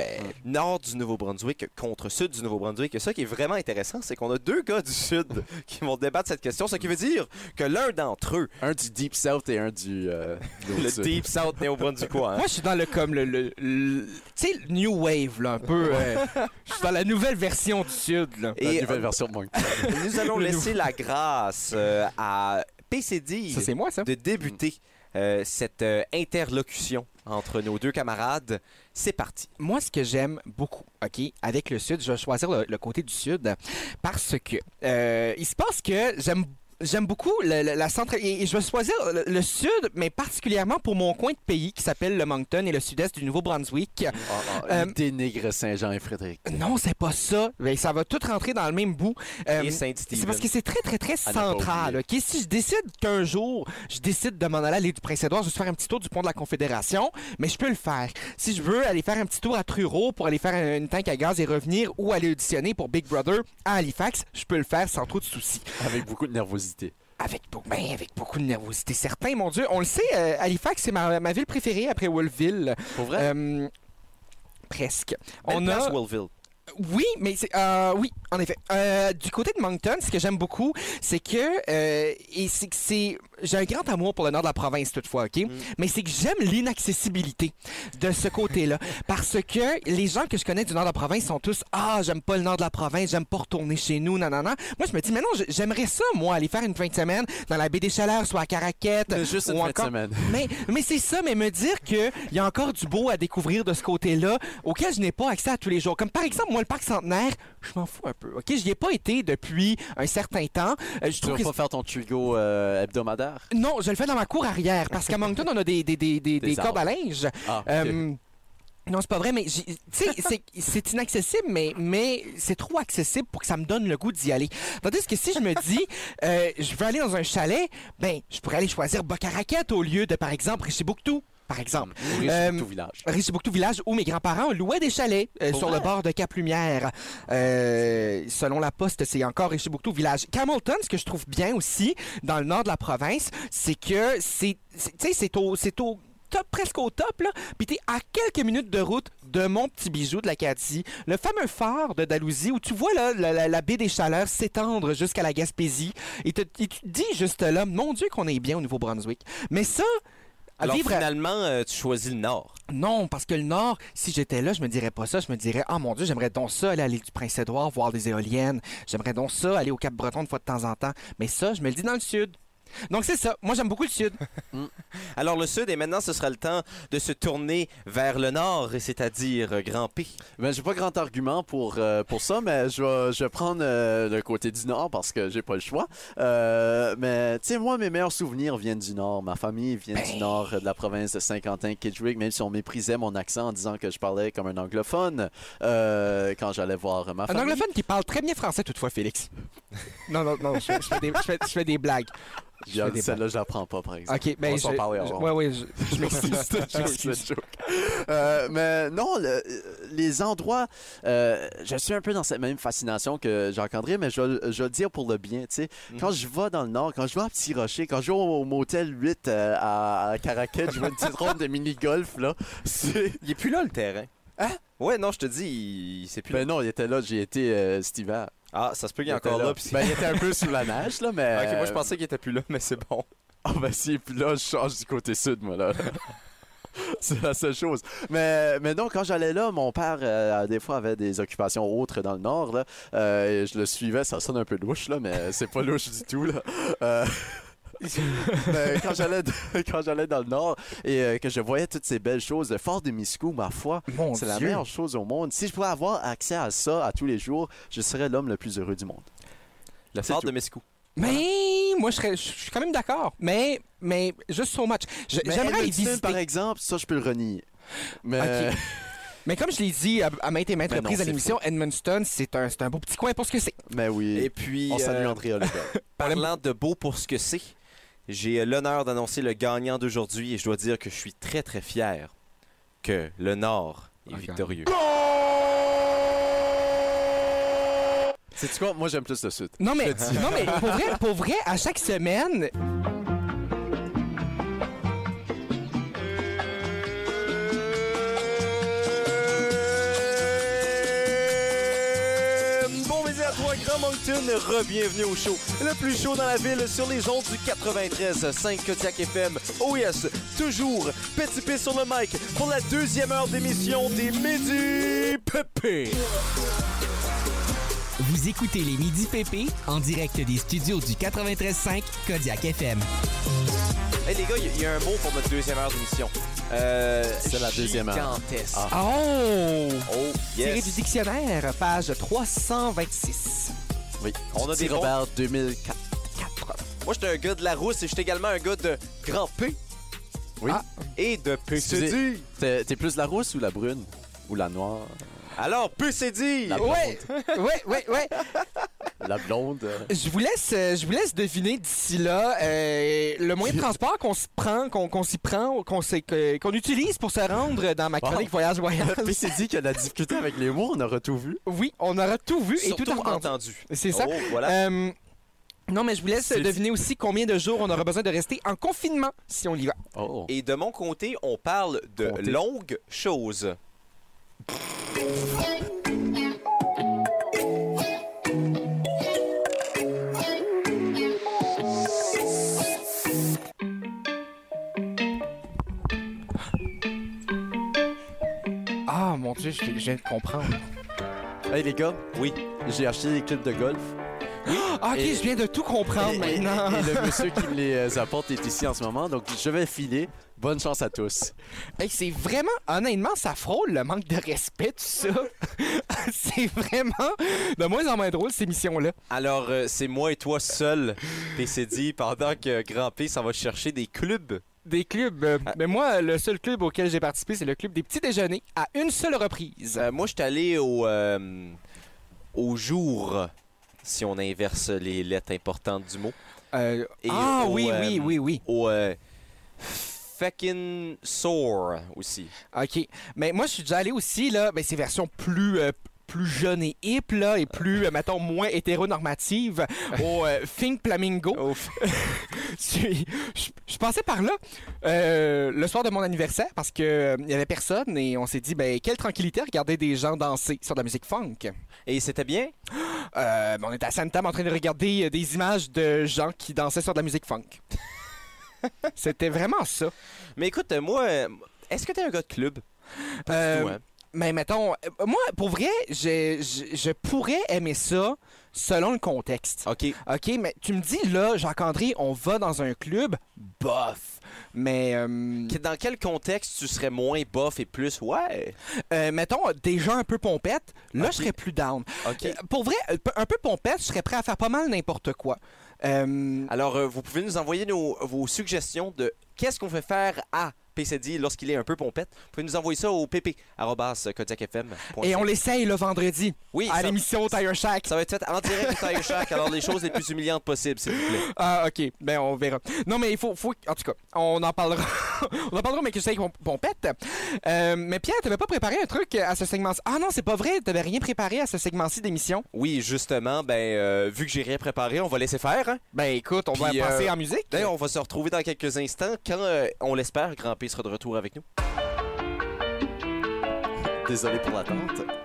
Speaker 1: Nord du Nouveau-Brunswick contre Sud du Nouveau-Brunswick. Et ça qui est vraiment intéressant, c'est qu'on a deux gars du Sud qui vont débattre cette question, ce qui veut dire que l'un d'entre eux,
Speaker 3: Un du Deep South et un du. euh, de l'autre
Speaker 1: le
Speaker 3: sud.
Speaker 1: Deep South néo-brunswickois, hein,
Speaker 4: Moi, je suis dans le comme le, le- le- tu sais, le new wave là, un peu. euh, je suis dans la nouvelle version du sud là.
Speaker 3: La
Speaker 1: et
Speaker 3: nouvelle version de Ah, Monk.
Speaker 1: nous allons
Speaker 4: Le
Speaker 1: laisser la grâce euh, à PCD.
Speaker 4: Ça, c'est moi, ça.
Speaker 1: de débuter euh, cette euh, interlocution entre nos deux camarades. C'est parti.
Speaker 4: Moi, ce que j'aime beaucoup, OK, avec le Sud, je vais choisir le, le côté du Sud parce que euh, il se passe que j'aime J'aime beaucoup le- le- la centre et, et je vais choisir le, le sud, mais particulièrement pour mon coin de pays qui s'appelle le Moncton et le sud-est du Nouveau-Brunswick.
Speaker 3: Ah, ah,
Speaker 4: Euh,
Speaker 3: il dénigre Saint-Jean et Frédéric.
Speaker 4: Non, c'est pas ça. Ben, ça va tout rentrer dans le même bout. Euh,
Speaker 1: Et saint
Speaker 4: C'est parce que c'est très, très, très
Speaker 3: À ne pas
Speaker 4: central.
Speaker 3: oublier.
Speaker 4: ok? Si je décide qu'un jour, je décide de m'en aller à l'île du Prince-Édouard, juste faire un petit tour du pont de la Confédération, mais je peux le faire. Si je veux aller faire un petit tour à Truro pour aller faire un- une tank à gaz et revenir ou aller auditionner pour Big Brother à Halifax, je peux le faire sans trop de soucis.
Speaker 3: Avec beaucoup de nervosité.
Speaker 4: Avec, beaucoup- ben, avec beaucoup de nervosité. Certains, mon Dieu, on le sait, euh, Halifax, c'est ma, ma ville préférée après Wolfville.
Speaker 3: Pour vrai?
Speaker 4: Euh, presque.
Speaker 1: on a Willville.
Speaker 4: Oui, mais c'est euh, oui, en effet. Euh, du côté de Moncton, ce que j'aime beaucoup, c'est que euh, et c'est que c'est j'ai un grand amour pour le nord de la province toutefois,
Speaker 3: Mm.
Speaker 4: OK Mais c'est que j'aime l'inaccessibilité de ce côté-là parce que les gens que je connais du nord de la province sont tous ah, j'aime pas le nord de la province, j'aime pas retourner chez nous, nanana. Moi, je me dis mais non, je- j'aimerais ça moi aller faire une fin de semaine dans la baie des Chaleurs, soit à Caraquette
Speaker 3: Juste
Speaker 4: ou
Speaker 3: une fin de
Speaker 4: encore
Speaker 3: semaine.
Speaker 4: mais, mais c'est ça, mais me dire qu'il y a encore du beau à découvrir de ce côté-là, auquel je n'ai pas accès à tous les jours. Comme par exemple, moi, le parc centenaire, je m'en fous un peu. OK, je n'y ai pas été depuis un certain temps. Euh, je
Speaker 3: Tu
Speaker 4: trouve
Speaker 3: vas
Speaker 4: que
Speaker 3: pas faire ton trigo euh, hebdomadaire?
Speaker 4: non, je le fais dans ma cour arrière parce qu'à Moncton, on a des, des, des, des, des
Speaker 3: Des
Speaker 4: cordes à linge.
Speaker 3: Ah, ok.
Speaker 4: Euh, Non, c'est pas vrai, mais j'ai- tu sais, c'est- c'est inaccessible, mais, mais c'est trop accessible pour que ça me donne le goût d'y aller. Tandis que si je me dis, euh, je veux aller dans un chalet, ben, je pourrais aller choisir Bocaraquette au lieu de, par exemple, Richibouctou, par exemple.
Speaker 3: Riche
Speaker 4: Euh,
Speaker 3: tout village.
Speaker 4: Richibouctou village où mes grands-parents louaient des chalets euh, sur le bord de Cap-Lumière. Euh, selon la poste, c'est encore Richibouctou village. Camelton, ce que je trouve bien aussi dans le nord de la province, c'est que c'est c'est- tu sais c'est au c'est au top presque au top là, puis t'es à quelques minutes de route de mon petit bijou de l'Acadie, le fameux phare de Dalhousie où tu vois là la, la- la baie des Chaleurs s'étendre jusqu'à la Gaspésie et, te- et tu te dis juste là mon dieu qu'on est bien au Nouveau-Brunswick. Mais ça
Speaker 1: Alors
Speaker 4: vivre à-
Speaker 1: finalement, euh, tu choisis le Nord.
Speaker 4: non, parce que le Nord, si j'étais là, je me dirais pas ça. Je me dirais, ah mon Dieu, j'aimerais donc ça aller à l'île du Prince-Édouard, voir des éoliennes. J'aimerais donc ça aller au Cap-Breton une fois de temps en temps. Mais ça, je me le dis dans le Sud. Donc c'est ça. Moi, j'aime beaucoup le Sud.
Speaker 1: Alors le Sud, et maintenant, ce sera le temps de se tourner vers le Nord, et c'est-à-dire euh, Grand P.
Speaker 3: Ben, j'ai pas grand argument pour, euh, pour ça, mais je vais, je vais prendre euh, le côté du Nord parce que j'ai pas le choix. Euh, mais tu sais, moi, mes meilleurs souvenirs viennent du Nord. Ma famille vient
Speaker 4: Ben.
Speaker 3: du Nord, euh, de la province de Saint-Quentin, Kidgwick, même si on méprisait mon accent en disant que je parlais comme un anglophone euh, quand j'allais voir euh, ma
Speaker 4: Un
Speaker 3: famille.
Speaker 4: anglophone qui parle très bien français toutefois, Félix. non, non, non, je, je fais, des, je fais- je fais des blagues. Je fais
Speaker 3: Bien,
Speaker 4: des blagues.
Speaker 3: Celle-là, je la prends pas, par exemple.
Speaker 4: Ok, ben
Speaker 3: On va
Speaker 4: je,
Speaker 3: s'en parler
Speaker 4: je-
Speaker 3: avant.
Speaker 4: ouais, ouais, je, je m'excuse.
Speaker 3: C'était juste une joke. Euh, mais non, le- les endroits, euh, je suis un peu dans cette même fascination que Jacques-André, mais je, vais le- je vais le dire pour le bien. tu sais.
Speaker 1: Mhm.
Speaker 3: Quand je vais dans le Nord, quand je vais à Petit Rocher, quand je vais au, au Motel 8 euh, à, à Caraquet, je vois une petite ronde de mini-golf, là, c'est.
Speaker 1: Il est plus là, le terrain. Hein? Ouais, non, je te dis, il, il- c'est plus là.
Speaker 3: Ben non, il était là, j'y étais euh, cet hiver.
Speaker 1: Ah, ça se peut qu'il est
Speaker 3: était
Speaker 1: encore là. puis Euh, c'est-
Speaker 3: Ben, il était un peu sous la neige, là, mais. euh,
Speaker 1: Ok, moi, je pensais qu'il était plus là, mais c'est bon.
Speaker 3: Ah ben si, puis là, je change du côté sud, moi, là. C'est la seule chose. Mais, mais non, quand j'allais là, mon père, euh, des fois, avait des occupations autres dans le nord. Là. Euh, et je le suivais, ça sonne un peu louche, là, mais c'est pas louche du tout. Là. Euh, mais quand j'allais quand j'allais dans le nord et euh, que je voyais toutes ces belles choses, le fort de Miscou, ma foi,
Speaker 4: Mon
Speaker 3: c'est la
Speaker 4: Dieu.
Speaker 3: meilleure chose au monde. Si je pouvais avoir accès à ça à tous les jours, je serais l'homme le plus heureux du monde.
Speaker 1: Le
Speaker 3: C'est
Speaker 1: phare
Speaker 3: tout.
Speaker 1: de Mescou.
Speaker 4: Mais moi, je, serais, je suis quand même d'accord. Mais, mais juste so much. Je-
Speaker 3: Mais
Speaker 4: J'aimerais aller
Speaker 3: Edmonton,
Speaker 4: visiter.
Speaker 3: par exemple, ça, je peux le renier. Mais...
Speaker 4: Ok. Mais comme je l'ai dit à, à maintes et maintes
Speaker 3: Mais Ben non,
Speaker 4: reprises à
Speaker 3: c'est
Speaker 4: l'émission, Edmundston, c'est un, c'est un beau petit coin pour ce que c'est.
Speaker 3: Mais Ben oui.
Speaker 1: Et puis,
Speaker 3: on salue
Speaker 1: euh,
Speaker 3: André Oliver.
Speaker 1: parlant de beau pour ce que c'est, j'ai euh, l'honneur d'annoncer le gagnant d'aujourd'hui et je dois dire que je suis très très fier que le Nord est
Speaker 4: Ok.
Speaker 1: victorieux.
Speaker 3: C'est quoi Moi, j'aime plus le sud.
Speaker 4: Non, mais, non, mais pour, vrai, pour vrai, à chaque semaine.
Speaker 1: Euh, Bon midi à toi, Grand Moncton. Re-bienvenue au show. Le plus chaud dans la ville sur les ondes du 93.5 Kodiak FM. Oh yes, toujours petit P sur le mic pour la deuxième heure d'émission des Midi Pépé.
Speaker 2: Vous écoutez les Midi PP en direct des studios du 93.5 Kodiak FM.
Speaker 1: Hey les gars, il y- y a un mot pour notre deuxième heure d'émission. Euh,
Speaker 3: C'est la deuxième heure.
Speaker 1: gigantesque.
Speaker 3: Ah.
Speaker 4: Oh!
Speaker 1: Oh,
Speaker 4: Tiré
Speaker 1: yes.
Speaker 4: du dictionnaire, page 326.
Speaker 3: Oui.
Speaker 1: On a
Speaker 3: Petit
Speaker 1: des bons-
Speaker 3: Robert 2004.
Speaker 1: Moi, j'étais un gars de la rousse et j'étais également un gars de grand P.
Speaker 3: Oui.
Speaker 4: Ah.
Speaker 1: Et de PCD.
Speaker 3: Excusez. T'es t'es plus la rousse ou la brune Ou la noire
Speaker 1: Alors, PCD.
Speaker 3: La-
Speaker 4: Ouais, ouais, ouais, ouais.
Speaker 3: La blonde euh,
Speaker 4: Je vous laisse, euh, je vous laisse deviner d'ici là euh, le moyen de transport qu'on se prend, qu'on qu'on s'y prend, qu'on s'est- que- qu'on utilise pour se rendre dans ma chronique Voyage Voyage.
Speaker 3: Le PCD qu'elle a discuté avec les mots, on aura tout vu.
Speaker 4: Oui, on aura tout vu et
Speaker 1: Surtout
Speaker 4: tout entendu.
Speaker 1: entendu.
Speaker 4: C'est ça.
Speaker 1: Oh, voilà.
Speaker 4: Euh, non, mais je vous laisse
Speaker 3: C'est-
Speaker 4: deviner aussi combien de jours on aura besoin de rester en confinement si on y va.
Speaker 3: Oh.
Speaker 1: Et de mon côté, on parle de
Speaker 3: Comptez.
Speaker 1: longues choses.
Speaker 4: Ah mon dieu, je, je viens de comprendre.
Speaker 3: Hey les gars,
Speaker 1: Oui.
Speaker 3: j'ai acheté des clips de golf.
Speaker 4: Ah, ok,
Speaker 3: Et-
Speaker 4: je viens de tout comprendre
Speaker 3: et, et-
Speaker 4: maintenant.
Speaker 3: et le monsieur qui me les euh, apporte est ici en ce moment, donc je vais filer. Bonne chance à tous.
Speaker 4: Hey, c'est vraiment, honnêtement, ça frôle le manque de respect, tout ça. c'est vraiment de moins en moins drôle, ces missions-là.
Speaker 1: Alors, euh, c'est moi et toi seul, PCD, pendant que Grand P s'en va chercher des clubs
Speaker 4: Des clubs. euh, Mais moi, le seul club auquel j'ai participé, c'est le club des petits déjeuners à une seule reprise.
Speaker 1: Euh, moi, je suis allé au, euh, au jour, si on inverse les lettres importantes du mot.
Speaker 4: Euh,
Speaker 1: et
Speaker 4: ah
Speaker 1: au,
Speaker 4: oui,
Speaker 1: euh,
Speaker 4: oui, oui, oui.
Speaker 1: Au euh, fucking sore aussi.
Speaker 4: OK. Mais moi, je suis déjà allé aussi, là, ben, ces versions plus... euh, plus jeune et hip, là, et plus, euh, mettons, moins hétéronormative au euh, Think Flamingo. je, je- je passais par là euh, le soir de mon anniversaire parce que euh, il y avait personne et on s'est dit, ben, quelle tranquillité à regarder des gens danser sur de la musique funk.
Speaker 1: Et c'était bien?
Speaker 4: Euh, ben, on était à Santam en train de regarder euh, des images de gens qui dansaient sur de la musique funk. C'était vraiment ça.
Speaker 1: Mais écoute, euh, moi, euh, est-ce que t'es un gars de club? hein.
Speaker 4: Euh,
Speaker 1: Ouais.
Speaker 4: Mais mettons, euh, moi, pour vrai, je, je, je pourrais aimer ça selon le contexte.
Speaker 1: OK.
Speaker 4: OK, mais tu me dis, là, Jacques-André, on va dans un club, bof. Mais, euh,
Speaker 1: Que- Dans quel contexte tu serais moins bof et plus ouais?
Speaker 4: euh, mettons, des gens un peu pompettes, là, je serais plus down.
Speaker 1: OK.
Speaker 4: Euh, Pour vrai, un peu- un peu pompette, je serais prêt à faire pas mal n'importe quoi. Euh,
Speaker 1: Alors, euh, vous pouvez nous envoyer nos- vos suggestions de qu'est-ce qu'on fait faire à PCD lorsqu'il est un peu pompette. Vous pouvez nous envoyer ça au pp arobase kodiakfm.ca.
Speaker 4: et on l'essaye le vendredi
Speaker 1: Oui,
Speaker 4: à
Speaker 1: ça-
Speaker 4: l'émission Tire Shack.
Speaker 1: Ça va être fait en direct du Tire Shack, alors les choses les plus humiliantes possibles, s'il vous plaît.
Speaker 4: Ah, ok. Ben, on verra. Non, mais il faut, faut. En tout cas, on en parlera. on en parlera, mais que je sais qu'on qu'on pète. Euh, mais Pierre, t'avais pas préparé un truc à ce segment-ci. Ah non, c'est pas vrai. T'avais rien préparé à ce segment-ci d'émission.
Speaker 1: Oui, justement, ben, euh, vu que j'ai rien préparé, on va laisser faire. Hein?
Speaker 4: Ben, écoute, on va
Speaker 1: Puis,
Speaker 4: passer
Speaker 1: euh,
Speaker 4: en musique.
Speaker 1: D'ailleurs, on va se retrouver dans quelques instants quand, euh, on l'espère, Grand P sera de retour avec nous.
Speaker 3: Désolé pour l'attente.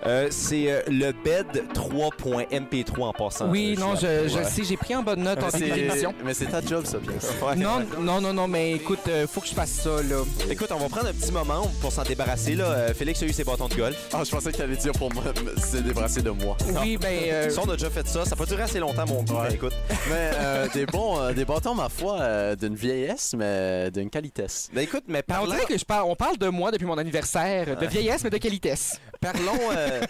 Speaker 1: Euh, C'est euh, le bed 3.mp3 en passant.
Speaker 4: Oui,
Speaker 1: Euh,
Speaker 4: non, je, je
Speaker 1: Ouais. Ah,
Speaker 4: sais, j'ai pris en bonne note en
Speaker 3: Mais
Speaker 4: début
Speaker 3: c'est-
Speaker 4: d'émission.
Speaker 3: Mais c'est ta job, ça, Pierre.
Speaker 1: Ouais.
Speaker 4: Non, non, non, non, mais écoute, euh, faut que je fasse ça, là.
Speaker 1: Écoute, on va prendre un petit moment pour s'en débarrasser. Là. Euh, Félix a eu ses bâtons de golf.
Speaker 3: Ah, je pensais que t'allais dire pour moi, c'est débarrassé de moi.
Speaker 4: Oui, ben. euh,
Speaker 1: Ça, on a déjà fait ça. Ça peut durer assez longtemps, mon gars. Écoute.
Speaker 3: Mais euh, des bons, euh, des bâtons, ma foi, euh, d'une vieillesse, mais euh, d'une qualitesse.
Speaker 1: Ben, écoute, mais
Speaker 4: ben, on
Speaker 1: parlant...
Speaker 4: dirait que je parle, on parle de moi depuis mon anniversaire, de vieillesse mais de qualité.
Speaker 1: Parlons, euh,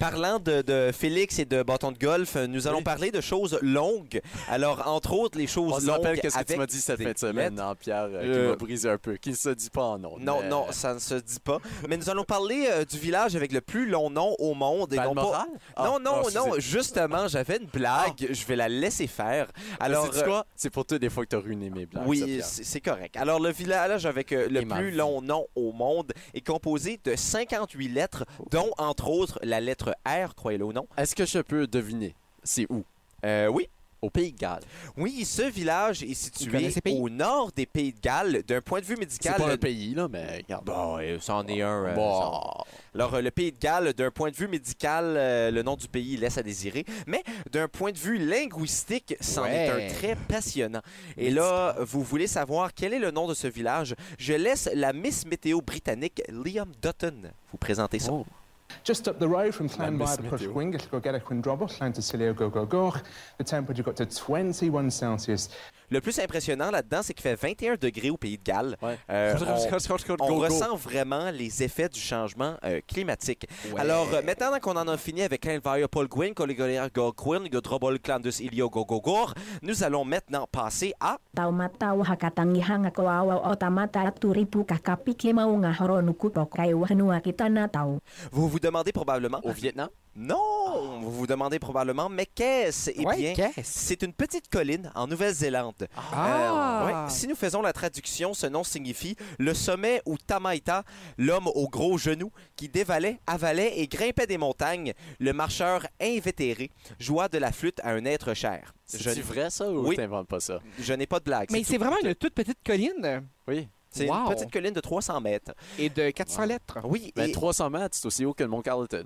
Speaker 1: parlant de, de Félix et de bâton de golf, euh, nous allons parler de choses longues. Alors, entre autres, les choses
Speaker 3: On se
Speaker 1: longues.
Speaker 3: rappelle qu'est-ce que tu
Speaker 1: avec
Speaker 3: m'as dit cette
Speaker 1: des
Speaker 3: fin de semaine,
Speaker 1: lettres.
Speaker 3: hein, Pierre, euh,
Speaker 1: Euh,
Speaker 3: qui m'a brisé un peu, qui ne se dit pas en nom.
Speaker 1: Non,
Speaker 3: mais- euh,
Speaker 1: non, ça ne se dit pas. Mais nous allons parler euh, du village avec le plus long nom au monde. Et non, pas...
Speaker 3: Balmoral? Ah,
Speaker 1: non, non,
Speaker 3: ah,
Speaker 1: non,
Speaker 3: excusez.
Speaker 1: justement, j'avais une blague. Je vais la laisser faire. Alors, euh,
Speaker 3: Alors, quoi? C'est pour toi des fois que t'as ruiné mes blagues. ça,
Speaker 1: Oui,
Speaker 3: Pierre.
Speaker 1: c'est c'est correct. Alors, le village avec euh, le
Speaker 3: Et ma
Speaker 1: plus
Speaker 3: vie.
Speaker 1: long nom au monde est composé de 58 lettres,
Speaker 3: Oh.
Speaker 1: dont, entre autres, la lettre R, croyez-le ou non.
Speaker 3: Est-ce que je peux deviner? C'est où?
Speaker 1: Euh, oui.
Speaker 3: Au Pays de Galles.
Speaker 1: Oui, ce village est
Speaker 4: Vous
Speaker 1: situé
Speaker 4: connaissez pays?
Speaker 1: au nord des Pays de Galles. euh, D'un point de vue
Speaker 3: C'est
Speaker 1: médical...
Speaker 3: pas un pays, là, mais regarde. Bah.
Speaker 1: Bon, euh, c'en est un. euh,
Speaker 3: Bon.
Speaker 1: c'en- Alors, euh, le Pays de Galles, d'un point de vue médical, euh, le nom du pays laisse à désirer, mais d'un point de vue linguistique, c'en est
Speaker 4: Ouais.
Speaker 1: un très passionnant. Et là, vous voulez savoir quel est le nom de ce village? Je laisse la Miss Météo britannique Liam Dutton vous présenter ça.
Speaker 3: Oh.
Speaker 8: Just up the road from
Speaker 3: miss
Speaker 8: Llanbair
Speaker 3: Matthew.
Speaker 8: Pwllgwyngyll, it'll get a Quindrobwll, down to Cilio Gogogor. The temperature got to 21 Celsius.
Speaker 1: Le plus impressionnant là-dedans, c'est qu'il fait 21 degrés au Pays de Galles.
Speaker 3: Ouais.
Speaker 1: Euh, on- on
Speaker 3: Go, go.
Speaker 1: ressent vraiment les effets du changement euh, climatique. Alors, euh, maintenant qu'on en a fini avec l'Envire Paul Gwyn, Coligolia Gorquin, Godrobol Clandus Ilio Gogogor, nous allons maintenant passer à.
Speaker 9: tau matau hakatangihanga ko awa o tamata aturipu kakapi ke mau ngahoro nuku pokai wahnua kita na tau.
Speaker 1: Vous vous demandez probablement.
Speaker 3: Au Vietnam?
Speaker 1: Non Vous vous demandez probablement, mais qu'est-ce Eh
Speaker 4: Ouais,
Speaker 1: bien, Euh,
Speaker 4: qu'est-ce?
Speaker 1: c'est une petite colline en Nouvelle-Zélande.
Speaker 4: Ah.
Speaker 1: ouais. Si nous faisons la traduction, ce nom signifie le sommet où Tamaita, l'homme aux gros genoux, qui dévalait, avalait et grimpait des montagnes, le marcheur invétéré, joua de la flûte à un être cher. Je,
Speaker 3: C'est vrai, ça, ou
Speaker 1: Oui.
Speaker 3: t'inventes pas ça?
Speaker 1: je n'ai pas de blague.
Speaker 4: Mais
Speaker 1: c'est
Speaker 4: c'est
Speaker 1: tout.
Speaker 4: vraiment une toute petite colline
Speaker 3: Oui.
Speaker 1: C'est
Speaker 4: Wow.
Speaker 1: une petite colline de 300 mètres.
Speaker 4: et de 400 lettres.
Speaker 1: Oui,
Speaker 3: Ben,
Speaker 1: et
Speaker 3: 300 mètres, c'est aussi haut que le Mont Carleton.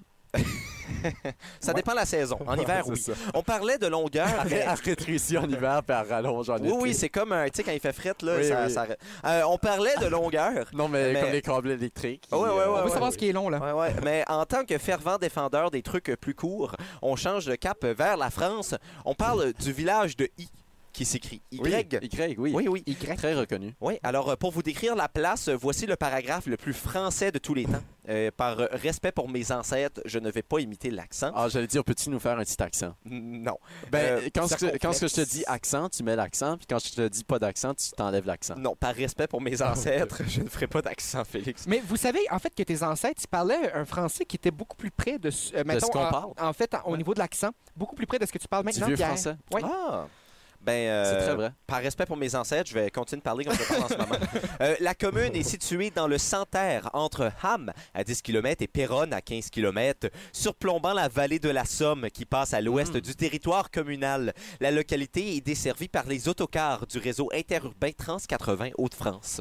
Speaker 1: ça dépend la saison. En hiver, oui. On parlait de longueur. mais-
Speaker 3: Elle rétrécit en hiver, puis elle rallonge en
Speaker 1: Oui,
Speaker 3: été.
Speaker 1: oui, c'est comme, un- tu sais, quand il fait fret, là,
Speaker 3: Oui,
Speaker 1: ça-
Speaker 3: oui.
Speaker 1: ça- Euh, on parlait de longueur.
Speaker 3: Non, mais, Ah
Speaker 1: Mais-
Speaker 3: comme les câbles électriques. euh,
Speaker 1: Ouais,
Speaker 3: et,
Speaker 1: ouais, ouais,
Speaker 4: On
Speaker 1: ouais,
Speaker 4: veut savoir
Speaker 1: oui.
Speaker 4: ce qui est long, là.
Speaker 1: Ouais, ouais. Mais en tant que fervent défendeur des trucs plus courts, on change de cap vers la France. On parle du village de I. qui s'écrit Y.
Speaker 3: Y, oui.
Speaker 1: Oui, oui.
Speaker 4: Y.
Speaker 3: Très reconnu.
Speaker 1: Oui, alors euh, pour vous décrire la place, euh, voici le paragraphe le plus français de tous les temps. Euh, par euh, respect pour mes ancêtres, je ne vais pas imiter l'accent.
Speaker 3: Ah, j'allais dire, peux-tu nous faire un petit accent?
Speaker 1: Non.
Speaker 3: Ben,
Speaker 1: Euh,
Speaker 3: quand, ce que,
Speaker 1: circonflexe.
Speaker 3: quand ce que je te dis accent, tu mets l'accent, puis quand je te dis pas d'accent, tu t'enlèves l'accent.
Speaker 1: Non, par respect pour mes ancêtres, je ne ferai pas d'accent, Félix.
Speaker 4: Mais vous savez, en fait, que tes ancêtres, ils parlaient un français qui était beaucoup plus près de, ce- euh, mettons,
Speaker 3: qu'on
Speaker 4: en-
Speaker 3: parle.
Speaker 4: En fait, en- au niveau de l'accent, beaucoup plus près de ce que tu parles
Speaker 3: Du
Speaker 4: maintenant,
Speaker 3: vieux
Speaker 4: Pierre.
Speaker 3: français.
Speaker 4: Oui.
Speaker 1: Ah! Ben, euh,
Speaker 3: C'est très vrai.
Speaker 1: Par respect pour mes ancêtres, je vais continuer de parler comme je parle en ce moment. Euh, la commune est située dans le Santerre, entre Ham à 10 km et Péronne à 15 km, surplombant la vallée de la Somme qui passe à
Speaker 3: Mm.
Speaker 1: l'ouest du territoire communal. La localité est desservie par les autocars du réseau interurbain Trans 80 Hauts-de-France.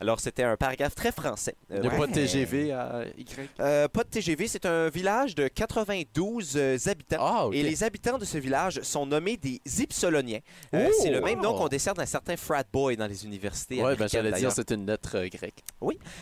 Speaker 1: Alors, c'était un paragraphe très français. Euh,
Speaker 3: Il n'y a
Speaker 1: ouais.
Speaker 3: pas de TGV à Y.
Speaker 1: Euh, pas de TGV, c'est un village de 92 euh, habitants.
Speaker 3: Ah, ok.
Speaker 1: Et les habitants de ce village sont nommés des Ypsiloniens. Euh,
Speaker 3: Oh!
Speaker 1: c'est le même nom
Speaker 3: Wow!
Speaker 1: qu'on décerne à certains frat boys dans les universités.
Speaker 3: Ouais, ben
Speaker 1: américaines,
Speaker 3: j'allais dire,
Speaker 1: d'ailleurs.
Speaker 3: c'est une lettre euh, grecque.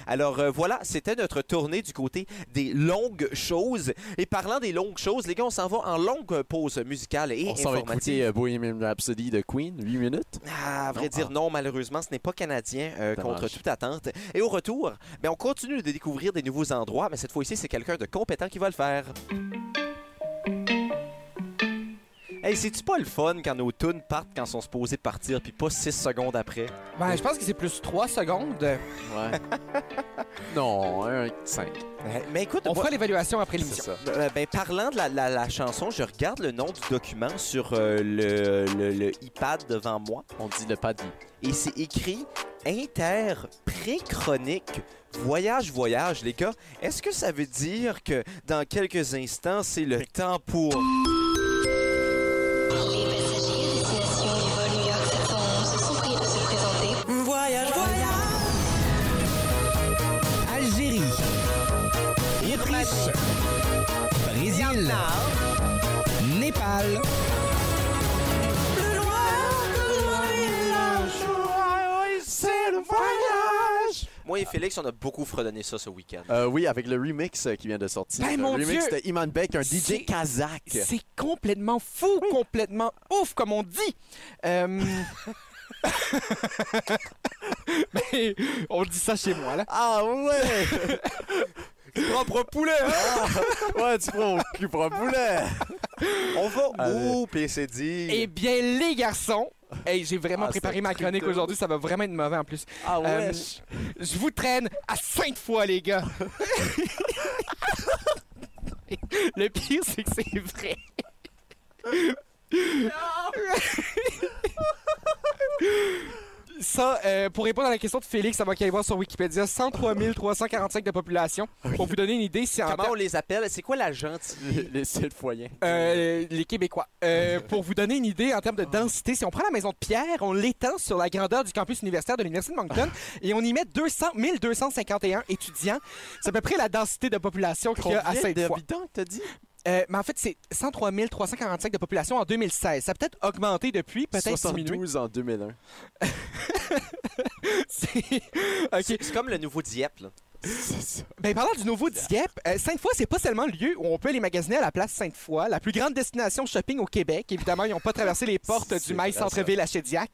Speaker 1: Alors euh, voilà, c'était notre tournée du côté des longues choses. Et parlant des longues choses, les gars, on s'en va en longue pause musicale et
Speaker 3: On s'en va
Speaker 1: informative.
Speaker 3: écouter euh, Bohemian Rhapsody de Queen, 8 minutes.
Speaker 1: Ah, à vrai
Speaker 3: Non,
Speaker 1: dire, non, malheureusement, ce n'est pas canadien euh,
Speaker 3: Dommage.
Speaker 1: contre toute attente. Et au retour, ben, on continue de découvrir des nouveaux endroits, mais cette fois-ci, c'est quelqu'un de compétent qui va le faire. Hey, c'est-tu pas le fun quand nos tunes partent quand sont supposés partir, puis pas six secondes après?
Speaker 4: Ben, je pense que c'est plus 3 secondes.
Speaker 3: Ouais. non, un 5.
Speaker 1: Ben, mais écoute,
Speaker 4: On
Speaker 1: moi-
Speaker 4: fera l'évaluation après
Speaker 3: C'est
Speaker 4: l'émission.
Speaker 3: ça.
Speaker 1: Euh, ben, parlant de la, la- la chanson, je regarde le nom du document sur euh, le, le, le iPad devant moi
Speaker 3: On dit le pas dit.
Speaker 1: et c'est écrit Inter pré-chronique. Voyage, voyage, les gars. Est-ce que ça veut dire que dans quelques instants, c'est le temps pour.
Speaker 2: Algérie. Brésil. Népal.
Speaker 1: Moi et Félix, on a beaucoup fredonné ça ce week-end.
Speaker 3: Euh, oui, avec le remix euh, qui vient de sortir.
Speaker 4: Ben,
Speaker 3: le
Speaker 4: mon
Speaker 3: remix
Speaker 4: Dieu!
Speaker 3: de Iman Beck, un
Speaker 4: C'est-
Speaker 3: DJ kazakh.
Speaker 4: C'est complètement fou, complètement ouf, comme on dit. Euh, Mais on dit ça chez moi, là.
Speaker 3: Ah ouais!
Speaker 1: Propre poulet, hein?
Speaker 3: ouais, tu prends mon cul pour un poulet!
Speaker 1: On va
Speaker 3: Allez.
Speaker 1: où, PCD?
Speaker 4: Eh bien, les garçons, hey, j'ai vraiment
Speaker 3: Ah,
Speaker 4: préparé
Speaker 3: c'est
Speaker 4: ma chronique
Speaker 3: crudo.
Speaker 4: aujourd'hui, ça va vraiment être mauvais en plus.
Speaker 3: Ah
Speaker 4: Euh, je vous traîne à cinq fois, les gars. Le pire, c'est que c'est vrai. Ça, euh, pour répondre à la question de Félix, ça va qu'aller voir sur Wikipédia, 103 345 de population. Pour vous donner une idée, c'est en
Speaker 1: Comment on les appelle? C'est quoi la gentille?
Speaker 3: Les, les citoyens.
Speaker 4: euh, les Québécois. Euh, pour vous donner une idée en termes de densité, si on prend la maison de Pierre, on l'étend sur la grandeur du campus universitaire de l'Université de Moncton et on y met 200, 1251 étudiants. C'est à peu près la densité de population qu'il y a à
Speaker 3: Combien
Speaker 4: sainte fois.
Speaker 3: d'habitants que t'as dit?
Speaker 4: Euh, mais en fait, c'est 103 345 de population en 2016. Ça a peut-être augmenté depuis, peut-être diminué.
Speaker 3: 72 en 2001.
Speaker 4: C'est- OK.
Speaker 1: C'est comme le nouveau Dieppe, là.
Speaker 3: C'est ça.
Speaker 4: Ben, parlant du nouveau Dieppe, euh, Sainte-Foy, c'est pas seulement le lieu où on peut aller magasiner à la place Sainte-Foy, la plus grande destination shopping au Québec. Évidemment, ils n'ont pas traversé les portes
Speaker 3: C'est
Speaker 4: du mail
Speaker 3: vrai, ça.
Speaker 4: centre-ville à Chédiac.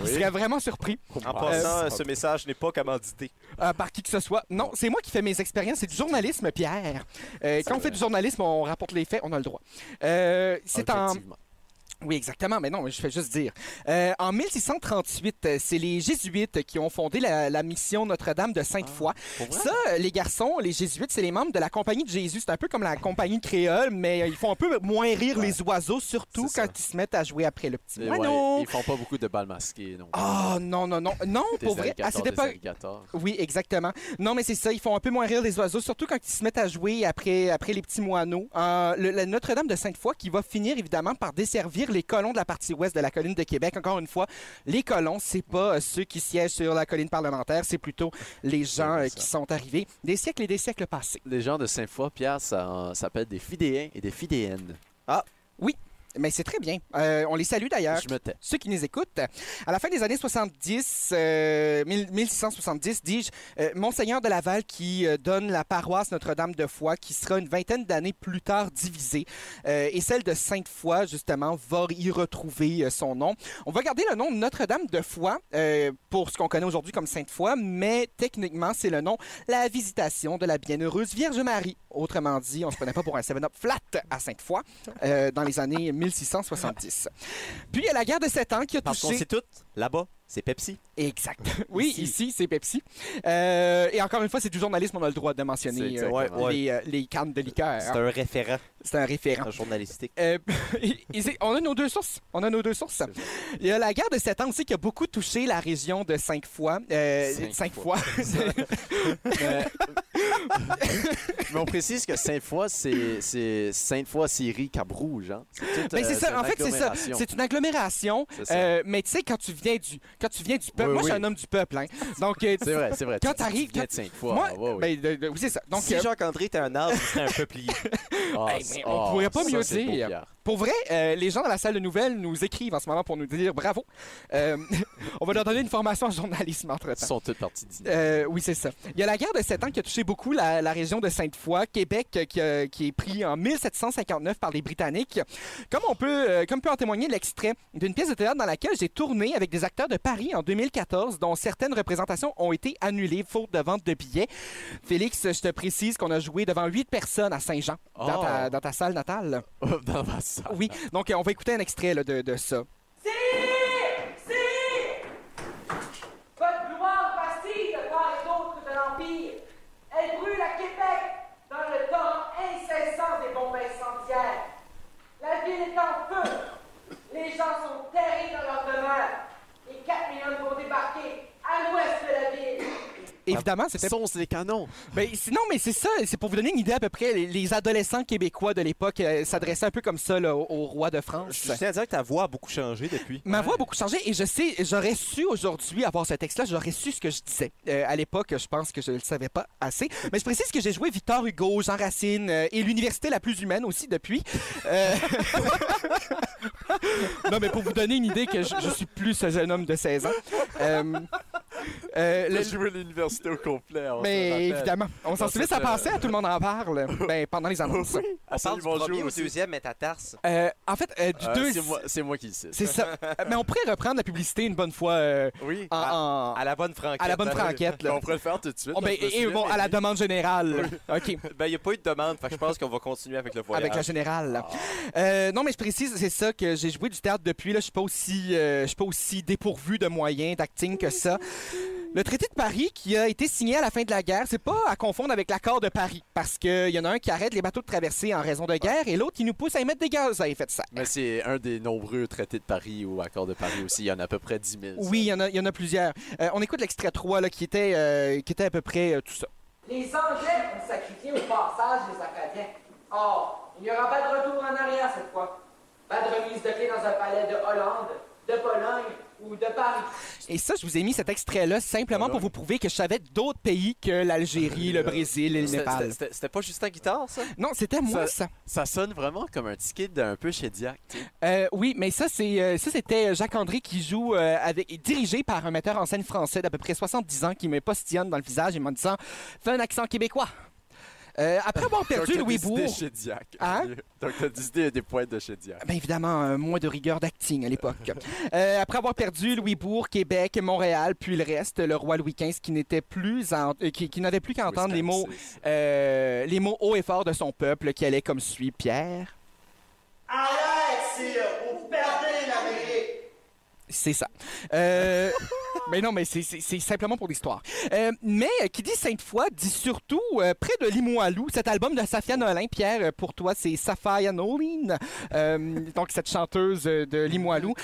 Speaker 4: Je serais vraiment surpris
Speaker 1: En
Speaker 3: Ouais.
Speaker 1: passant,
Speaker 3: Euh,
Speaker 1: ce message n'est pas commandité.
Speaker 4: euh, par qui que ce soit. Non, c'est moi qui fais mes expériences. C'est du journalisme, Pierre. Euh, quand on fait du journalisme, on rapporte les faits, on a le droit. Euh, c'est en...
Speaker 3: Objectivement.
Speaker 4: Oui, exactement, mais non, mais je fais juste dire. Euh, en 1638, euh, c'est les Jésuites qui ont fondé la, la mission Notre-Dame de Sainte-Foy.
Speaker 3: Ah,
Speaker 4: Ça, euh, les garçons, les Jésuites, c'est les membres de la Compagnie de Jésus. C'est un peu comme la Compagnie créole, mais euh, ils font un peu moins rire les oiseaux, surtout
Speaker 3: C'est
Speaker 4: quand
Speaker 3: ça.
Speaker 4: ils se mettent à jouer après le petit
Speaker 3: Mais
Speaker 4: moineau.
Speaker 3: ouais, ils font pas beaucoup de balles masquées, non.
Speaker 4: Ah, non, non, non. Non,
Speaker 3: Des
Speaker 4: pour vrai, Ah, à
Speaker 3: alligators,
Speaker 4: cette
Speaker 3: des
Speaker 4: époque,
Speaker 3: alligators.
Speaker 4: oui, exactement. Non, mais c'est ça, ils font un peu moins rire les oiseaux, surtout quand ils se mettent à jouer après, après les petits moineaux. Euh, le, la Notre-Dame de Sainte-Foy qui va finir évidemment par desservir les colons de la partie ouest de la colline de Québec. Encore une fois, les colons, c'est pas euh, ceux qui siègent sur la colline parlementaire, c'est plutôt les gens euh, qui sont arrivés des siècles et des siècles passés.
Speaker 3: Les gens de Saint-Foy, Pierre, ça euh, s'appelle des fidéens et des fidéennes.
Speaker 4: Oui, Mais c'est très bien. Euh, on les salue d'ailleurs.
Speaker 3: Je me tais.
Speaker 4: Ceux qui nous écoutent, à la fin des années 70, euh, 1000 1670, dis-je, euh, Monseigneur de Laval qui euh, donne la paroisse Notre-Dame de Foix, qui sera une vingtaine d'années plus tard divisée, euh, et celle de Sainte-Foy, justement, va y retrouver euh, son nom. On va garder le nom de Notre-Dame de Foix euh, pour ce qu'on connaît aujourd'hui comme Sainte-Foy, mais techniquement, c'est le nom La Visitation de la Bienheureuse Vierge Marie. Autrement dit, on se prenait pas pour un 7-up flat à Sainte-Foy euh, dans les années 1670. Puis il y a la guerre de 7 ans qui a
Speaker 1: Parce qu'on
Speaker 4: touché...
Speaker 1: sait tout, là-bas, c'est Pepsi.
Speaker 4: Exact. Oui, ici, c'est Pepsi. Euh, et encore une fois, c'est du journalisme, on a le droit de mentionner
Speaker 1: C'est
Speaker 4: euh,
Speaker 1: exactement.
Speaker 4: les, euh, les cannes de liqueur.
Speaker 1: C'est un référent
Speaker 4: C'est un référent.
Speaker 1: un journalistique.
Speaker 4: Euh, et c'est- on a nos deux sources. On a nos deux sources. Il y a la guerre de 7 ans aussi qui a beaucoup touché la région de cinq fois. Euh,
Speaker 3: Cinq
Speaker 4: cinq fois.
Speaker 3: Mais, mais on précise que Sainte-Foy, c'est- c'est Sainte-Foy, Syrie, Cap Rouge. Hein? C'est tout,
Speaker 4: Mais Ben, c'est
Speaker 3: euh,
Speaker 4: ça,
Speaker 3: une
Speaker 4: en fait, c'est ça.
Speaker 3: agglomération.
Speaker 4: C'est une agglomération.
Speaker 3: C'est ça.
Speaker 4: Euh, mais tu sais, quand tu viens du quand tu viens du peuple,
Speaker 3: Oui,
Speaker 4: moi je suis
Speaker 3: oui.
Speaker 4: un homme du peuple, hein. Donc euh,
Speaker 3: C'est vrai, c'est vrai.
Speaker 4: Quand t'arrives-
Speaker 3: Tu viens de
Speaker 4: quand-
Speaker 3: Sainte-Foy.
Speaker 4: moi,
Speaker 3: ah, ouais, oui.
Speaker 4: ben, de- de- oui, c'est ça. Donc
Speaker 1: si
Speaker 4: euh,
Speaker 1: Jacques-André était un arbre, il serait un peuplier.
Speaker 3: Ah,
Speaker 4: Hey, mais
Speaker 3: c'est-
Speaker 4: ben, on
Speaker 3: ah,
Speaker 4: pourrait pas
Speaker 3: ça,
Speaker 4: mieux
Speaker 3: c'est beau,
Speaker 4: dire.
Speaker 3: Pierre.
Speaker 4: Pour vrai, euh, les gens dans la salle de nouvelles nous écrivent en ce moment pour nous dire bravo. Euh, on va leur donner une formation en journalisme
Speaker 3: Ils
Speaker 4: entre-temps.
Speaker 3: sont toutes parties dîner.
Speaker 4: Euh, oui, c'est ça. Il y a la guerre de 7 ans qui a touché beaucoup la, la région de Sainte-Foy, Québec, euh, qui, a- qui est pris en 1759 par les Britanniques. Comme on peut, euh, comme peut en témoigner l'extrait d'une pièce de théâtre dans laquelle j'ai tourné avec des acteurs de Paris en 2014, dont certaines représentations ont été annulées faute de vente de billets. Félix, je te précise qu'on a joué devant huit personnes à Saint-Jean, dans,
Speaker 3: Oh.
Speaker 4: ta, dans ta salle natale.
Speaker 3: Dans ma salle.
Speaker 4: Oui, donc euh, on va écouter un extrait là, de, de ça.
Speaker 10: Votre gloire vacille de part et d'autre de l'Empire. Elle brûle à Québec dans le torrent incessant des bombes incendiaires. La ville est en feu. Les gens sont terrés dans leur demeure. Les Caprions vont débarquer à l'ouest de la ville.
Speaker 4: Évidemment, c'était
Speaker 3: Sonce les canons.
Speaker 4: Ben, sinon, mais c'est ça, c'est pour vous donner une idée à peu près. Les, les adolescents québécois de l'époque euh, s'adressaient un peu comme ça là, au, au roi de France.
Speaker 1: Je tiens à dire que ta voix a beaucoup changé depuis.
Speaker 4: Ma voix a beaucoup changé et je sais, j'aurais su aujourd'hui avoir ce texte-là, j'aurais su ce que je disais. Euh, à l'époque, je pense que je ne le savais pas assez. Mais je précise que j'ai joué Victor Hugo, Jean Racine euh, et l'université la plus humaine aussi depuis. Euh, non, mais pour vous donner une idée que je, je suis plus ce jeune homme de 16 ans. Euh, euh, le-
Speaker 3: joué l'université au complet. hein. on se
Speaker 4: mais
Speaker 3: rappelle.
Speaker 4: évidemment, on s'en
Speaker 3: Dans
Speaker 4: souvient,
Speaker 3: cette,
Speaker 4: ça passait, à tout le monde en parle ben, pendant les annonces.
Speaker 1: On parle
Speaker 3: Salut,
Speaker 1: du
Speaker 3: bonjour
Speaker 1: premier ou
Speaker 3: aussi.
Speaker 1: deuxième métatarse.
Speaker 4: Euh, en fait, euh, du
Speaker 3: Euh,
Speaker 4: deux-
Speaker 3: c'est moi- C'est moi qui le sais.
Speaker 4: C'est ça. Euh, Mais on pourrait reprendre la publicité une bonne fois euh,
Speaker 3: Oui.
Speaker 4: en- en-
Speaker 1: Ah. À la bonne franquette. Ben,
Speaker 4: à la bonne franquette. là.
Speaker 3: On pourrait le faire tout de suite.
Speaker 4: Oh, ben,
Speaker 3: là, je me
Speaker 4: et- et
Speaker 3: souviens,
Speaker 4: bon,
Speaker 3: mais-
Speaker 4: à la demande générale. OK.
Speaker 1: Ben, il n'y a pas eu de demande, fait que je pense qu'on va continuer avec le voyage.
Speaker 4: Avec la générale. là. Euh, non, mais je précise, c'est ça que j'ai joué du théâtre depuis. Là, je suis pas aussi, euh, je suis pas aussi dépourvu de moyens d'acting que ça. Le traité de Paris qui a été signé à la fin de la guerre, c'est pas à confondre avec l'accord de Paris, parce qu'il y en a un qui arrête les bateaux de traversée en raison de guerre et l'autre qui nous pousse à émettre des gaz à effet de serre.
Speaker 3: Mais c'est un des nombreux traités de Paris ou accords de Paris aussi. Il y en a à peu près 10 000. ça.
Speaker 4: Oui, il y, en a- il y en a plusieurs. Euh, on écoute l'extrait 3 là, qui, était, euh, qui était à peu près euh, tout ça.
Speaker 10: Les Anglais ont sacrifié au passage les Acadiens. Or, il n'y aura pas de retour en arrière cette fois. Pas de remise de clé dans un palais de Hollande, de Pologne ou de Paris.
Speaker 4: Et ça, je vous ai mis cet extrait-là simplement pour vous prouver que je savais d'autres pays que l'Algérie, le Brésil et le
Speaker 1: C'était-
Speaker 4: Népal.
Speaker 1: c'était- C'était pas Justin Guitare, ça?
Speaker 4: Non, c'était moi, ça.
Speaker 3: Ça- Ça sonne vraiment comme un ticket d'un peu chez Diac. tu sais.
Speaker 4: Euh, oui, mais ça, c'est, euh, ça, c'était Jacques-André qui joue, euh, avec, dirigé par un metteur en scène français d'à peu près 70 ans qui me postillonne dans le visage et m'en disant Fais un accent québécois. Euh, après avoir
Speaker 3: Donc,
Speaker 4: perdu
Speaker 3: t'as
Speaker 4: Louis
Speaker 3: décidé
Speaker 4: Bourg.
Speaker 3: chez Diac.
Speaker 4: Hein?
Speaker 3: Donc, t'as décidé des poètes de chez Diac.
Speaker 4: Bien évidemment, euh, moins de rigueur d'acting à l'époque. Euh, après avoir perdu Louisbourg, Québec, Montréal, puis le reste, le roi Louis XV qui n'était plus en- euh, qui, qui n'avait plus qu'à entendre les mots, euh, les mots hauts et forts de son peuple qui allaient comme suit Pierre.
Speaker 5: Arrête, sire, ou vous perdez l'Amérique.
Speaker 4: C'est ça. Euh, mais non, mais c'est- c'est c'est simplement pour l'histoire. Euh, mais euh, qui dit Sainte-Foy dit surtout euh, près de Limoilou, cet album de Safia Nolin. Pierre, euh, pour toi, c'est Safia Nolin, Euh, donc cette chanteuse euh, de Limoilou.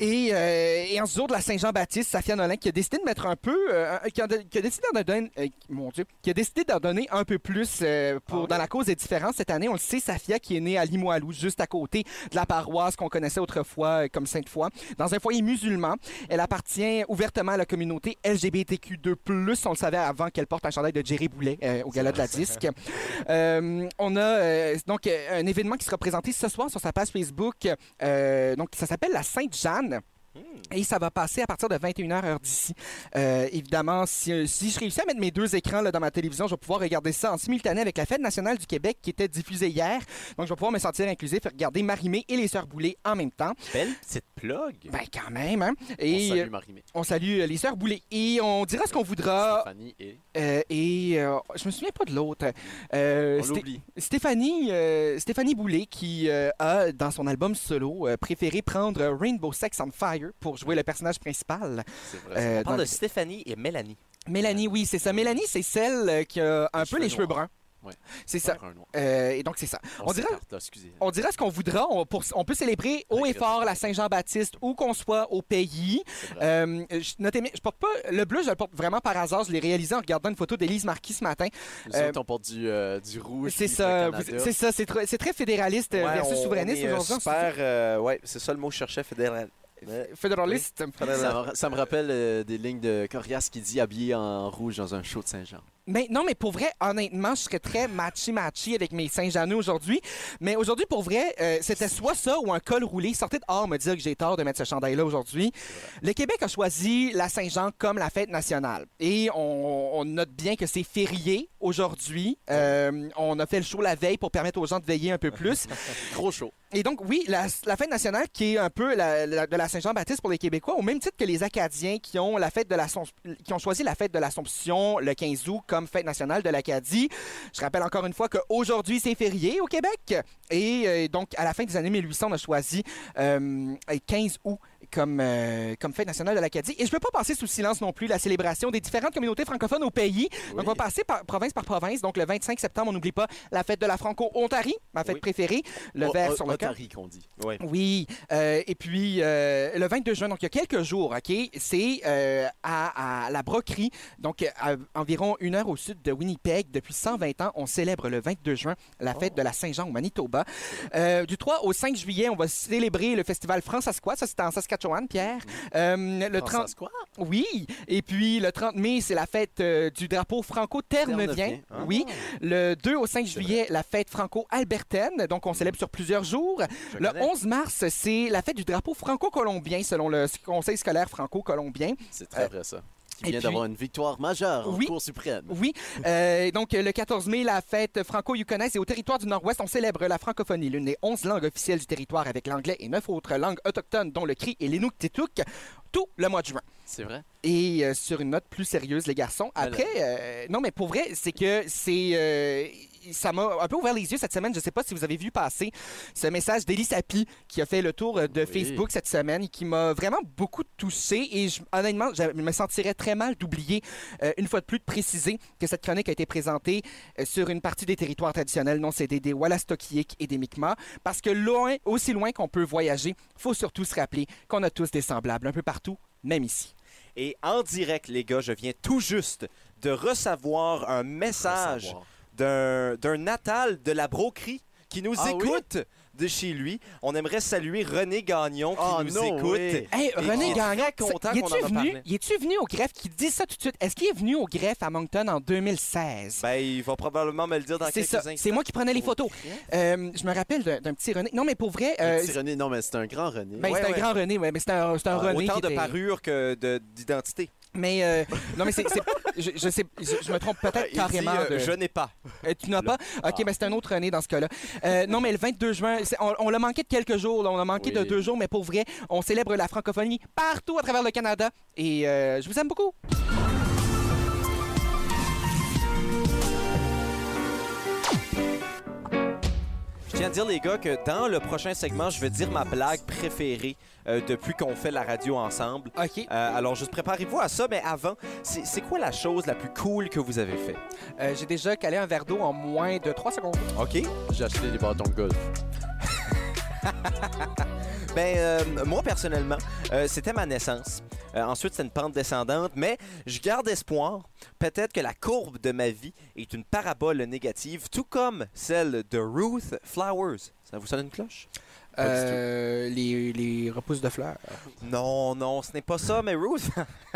Speaker 4: Et, euh, et en ce jour de la Saint-Jean-Baptiste, Safia Nolin qui a décidé de mettre un peu, euh, un- qui, a, qui a décidé d'en donner, euh, mon Dieu, qui a décidé d'en donner un peu plus euh, pour dans la cause des différences cette année. On le sait, Safia qui est née à Limoilou, juste à côté de la paroisse qu'on connaissait autrefois euh, comme Sainte-Foy, dans un foyer musulman. Elle a appartient ouvertement à la communauté LGBTQ2+, on le savait avant qu'elle porte un chandail de Jerry Boulet euh, au gala de la disque. Euh, on a euh, donc euh, un événement qui sera présenté ce soir sur sa page Facebook. Euh, donc, ça s'appelle la Sainte-Jeanne. Et ça va passer à partir de 21h heure d'ici. Euh, évidemment, si, si je réussis à mettre mes deux écrans là, dans ma télévision, je vais pouvoir regarder ça en simultané avec la Fête nationale du Québec qui était diffusée hier. Donc, je vais pouvoir me sentir inclusif et regarder Marimé et les Sœurs Boulay en même temps.
Speaker 1: Belle petite plug.
Speaker 4: Ben, quand même, hein?
Speaker 3: On
Speaker 4: Et
Speaker 3: salue
Speaker 4: euh,
Speaker 3: Marie-Mé.
Speaker 4: on salue euh, les Sœurs Boulay. Et on dira ce qu'on voudra.
Speaker 3: Fanny et...
Speaker 4: Euh, et euh, je me souviens pas de l'autre. Euh,
Speaker 3: On
Speaker 4: Sté-
Speaker 3: l'oublie.
Speaker 4: Stéphanie, euh, Stéphanie Boulay qui euh, a, dans son album solo, euh, préféré prendre Rainbow Sex on Fire pour jouer le personnage principal.
Speaker 3: C'est vrai.
Speaker 4: Euh,
Speaker 1: On parle
Speaker 4: dans-
Speaker 1: de Stéphanie et Mélanie.
Speaker 4: Mélanie, oui, c'est ça. Mélanie, c'est celle euh, qui a un
Speaker 3: Les
Speaker 4: peu les
Speaker 3: cheveux
Speaker 4: cheveux
Speaker 3: noirs.
Speaker 4: bruns.
Speaker 3: Ouais.
Speaker 4: C'est ça.
Speaker 3: Un noir.
Speaker 4: Euh, et donc, c'est ça.
Speaker 3: On,
Speaker 4: On dirait-
Speaker 3: s'écarte, excusez.
Speaker 4: On dira ce qu'on voudra. On, pour- on peut célébrer haut et
Speaker 3: Avec le-
Speaker 4: fort la Saint-Jean-Baptiste, où qu'on soit au pays.
Speaker 3: C'est vrai.
Speaker 4: Euh, je, notez bien, je porte pas le bleu, je le porte vraiment par hasard. Je l'ai réalisé en regardant une photo d'Élise Marquis ce matin.
Speaker 3: Nous
Speaker 4: euh,
Speaker 3: autres, on porte du, euh, du rouge.
Speaker 4: C'est
Speaker 3: vive
Speaker 4: ça,
Speaker 3: le
Speaker 4: vous-
Speaker 3: Canada.
Speaker 4: c'est ça, c'est tr- c'est très fédéraliste euh,
Speaker 1: Ouais,
Speaker 4: versus
Speaker 1: on-
Speaker 4: souverainiste
Speaker 1: on est, euh,
Speaker 4: aujourd'hui.
Speaker 1: Super, euh, ouais, c'est ça le mot que je cherchais, fédéral.
Speaker 4: C'est euh, Fédéraliste.
Speaker 3: Ça me, ça me rappelle euh, des lignes de Corias qui dit habillé en rouge dans un show de Saint-Jean.
Speaker 4: Mais non, mais pour vrai, honnêtement, je serais très matchy-matchy avec mes Saint-Jeanneux aujourd'hui. Mais aujourd'hui, pour vrai, euh, c'était soit ça ou un col roulé. Sortez dehors me dire que j'ai tort de mettre ce chandail-là aujourd'hui. Le Québec a choisi la Saint-Jean comme la fête nationale. Et on, on note bien que c'est férié aujourd'hui. Euh, on a fait le show la veille pour permettre aux gens de veiller un peu plus.
Speaker 3: Gros show.
Speaker 4: Et donc, oui, la, la fête nationale qui est un peu la, la- de la Saint-Jean-Baptiste pour les Québécois, au même titre que les Acadiens qui ont, la fête de l'Assomp- qui ont choisi la fête de l'Assomption le 15 août comme fête nationale de l'Acadie. Je rappelle encore une fois qu'aujourd'hui, c'est férié au Québec. Et euh, donc, à la fin des années 1800, on a choisi euh, le 15 août comme, euh, comme fête nationale de l'Acadie. Et je ne peux pas passer sous silence non plus la célébration des différentes communautés francophones au pays. Donc, on va passer par, province par province. Donc, le 25 septembre, on n'oublie pas la fête de la Franco-Ontarie, ma fête
Speaker 3: Oui.
Speaker 4: préférée, le
Speaker 3: O-
Speaker 4: verre
Speaker 3: o-
Speaker 4: sur le cœur.
Speaker 3: Otari qu'on dit.
Speaker 1: Ouais.
Speaker 4: Oui, euh, et puis euh, le 22 juin, donc il y a quelques jours, OK, c'est euh, à, à la broquerie, donc euh, à environ une heure au sud de Winnipeg. Depuis 120 ans, on célèbre le 22 juin la fête de la Saint-Jean au Manitoba. Euh, du 3 au 5 juillet, on va célébrer le festival Francasquoi, ça c'était en Saskatchewan, Pierre. Euh, le 30...
Speaker 3: Francisco,
Speaker 4: Oui, et puis le 30 mai, c'est la fête euh, du drapeau franco-terre-neuvien.
Speaker 3: Terre-Neuvien, hein?
Speaker 4: Oui, le 2 au 5 juillet, la fête franco-albertaine, donc on célèbre sur plusieurs jours.
Speaker 1: Je
Speaker 4: Le
Speaker 1: connais.
Speaker 4: 11 mars, c'est la fête du drapeau franco-colombien, selon le Conseil scolaire franco-colombien.
Speaker 3: C'est très vrai ça.
Speaker 4: Euh, et
Speaker 3: Qui vient
Speaker 4: puis-
Speaker 3: d'avoir une victoire majeure
Speaker 4: Oui.
Speaker 3: en Cour suprême.
Speaker 4: Oui. Euh, donc, le 14 mai, la fête franco-yukonaise et au territoire du Nord-Ouest, on célèbre la francophonie, l'une des 11 langues officielles du territoire avec l'anglais et neuf autres langues autochtones, dont le cri et l'inuktitut, tout le mois de juin.
Speaker 3: C'est vrai.
Speaker 4: Et euh, sur une note plus sérieuse, les garçons. Après, euh, non, mais pour vrai, c'est que c'est. euh, ça m'a un peu ouvert les yeux cette semaine. Je ne sais pas si vous avez vu passer ce message d'Elie Sapi qui a fait le tour euh, de Facebook cette semaine et qui m'a vraiment beaucoup touché. Et je- honnêtement, je me sentirais très mal d'oublier, euh, une fois de plus, de préciser que cette chronique a été présentée euh, sur une partie des territoires traditionnels non cédés des Wallastokiik et des Mi'kmaq. Parce que loin, aussi loin qu'on peut voyager, faut surtout se rappeler qu'on a tous des semblables un peu partout, même ici.
Speaker 1: Et en direct, les gars, je viens tout juste de recevoir un message
Speaker 3: Faut savoir.
Speaker 1: d'un d'un natal de la broquerie qui nous
Speaker 3: Ah oui?
Speaker 1: écoute de chez lui. On aimerait saluer René Gagnon qui
Speaker 3: Oh
Speaker 1: nous
Speaker 3: no
Speaker 1: écoute.
Speaker 3: way.
Speaker 4: Hey,
Speaker 1: Et
Speaker 4: René
Speaker 1: qui est
Speaker 4: Gagnon,
Speaker 1: très content
Speaker 4: c'est-
Speaker 1: qu'on en
Speaker 4: est-tu
Speaker 1: a
Speaker 4: venu-
Speaker 1: parlé.
Speaker 4: il est-tu venu au greffe qui dit ça tout de suite? Est-ce qu'il est venu au greffe à Moncton en 2016?
Speaker 1: Ben, il va probablement me le dire Ben, dans
Speaker 4: c'est
Speaker 1: quelques
Speaker 4: ça,
Speaker 1: instants.
Speaker 4: c'est moi qui prenais les photos. Euh, je me rappelle d'un d'un petit René. Non, mais pour vrai, euh,
Speaker 3: Le petit René, non, mais c'est un grand René.
Speaker 4: ben,
Speaker 1: Ouais,
Speaker 4: c'est un
Speaker 1: ouais.
Speaker 4: grand René, ouais, mais c'est un, c'est un René.
Speaker 1: Ah, Autant
Speaker 4: qui
Speaker 1: de
Speaker 4: était-
Speaker 1: parures que de- d'identité.
Speaker 4: Mais euh, non, mais c'est, c'est- je, je sais, je, je me trompe peut-être
Speaker 1: Il
Speaker 4: carrément.
Speaker 1: dit, euh,
Speaker 4: de-
Speaker 1: Je Ah. n'ai pas.
Speaker 4: Euh, tu n'as pas? OK, mais c'est un autre René dans ce cas-là. Euh, non, mais le 22 juin, c'est- on, on l'a manqué de quelques jours. là, on a manqué de
Speaker 3: Oui.
Speaker 4: deux jours, mais pour vrai, on célèbre la francophonie partout à travers le Canada. Et euh, je vous aime beaucoup.
Speaker 1: Je tiens à dire, les gars, que dans le prochain segment, je vais dire ma blague préférée euh, depuis qu'on fait la radio ensemble.
Speaker 4: OK.
Speaker 1: Euh, alors, juste préparez-vous à ça, mais avant, c'est c'est quoi la chose la plus cool que vous avez fait?
Speaker 4: Euh, j'ai déjà calé un verre d'eau en moins de 3 secondes.
Speaker 1: OK?
Speaker 3: J'ai acheté des bâtons de golf.
Speaker 1: Ben, euh, moi, personnellement, euh, c'était ma naissance. Euh, ensuite, c'est une pente descendante, mais je garde espoir. Peut-être que la courbe de ma vie est une parabole négative, tout comme celle de Ruth Flowers. Ça vous sonne une cloche?
Speaker 4: Euh, les, les repousses de fleurs.
Speaker 1: Non, non, ce n'est pas ça, mais Ruth,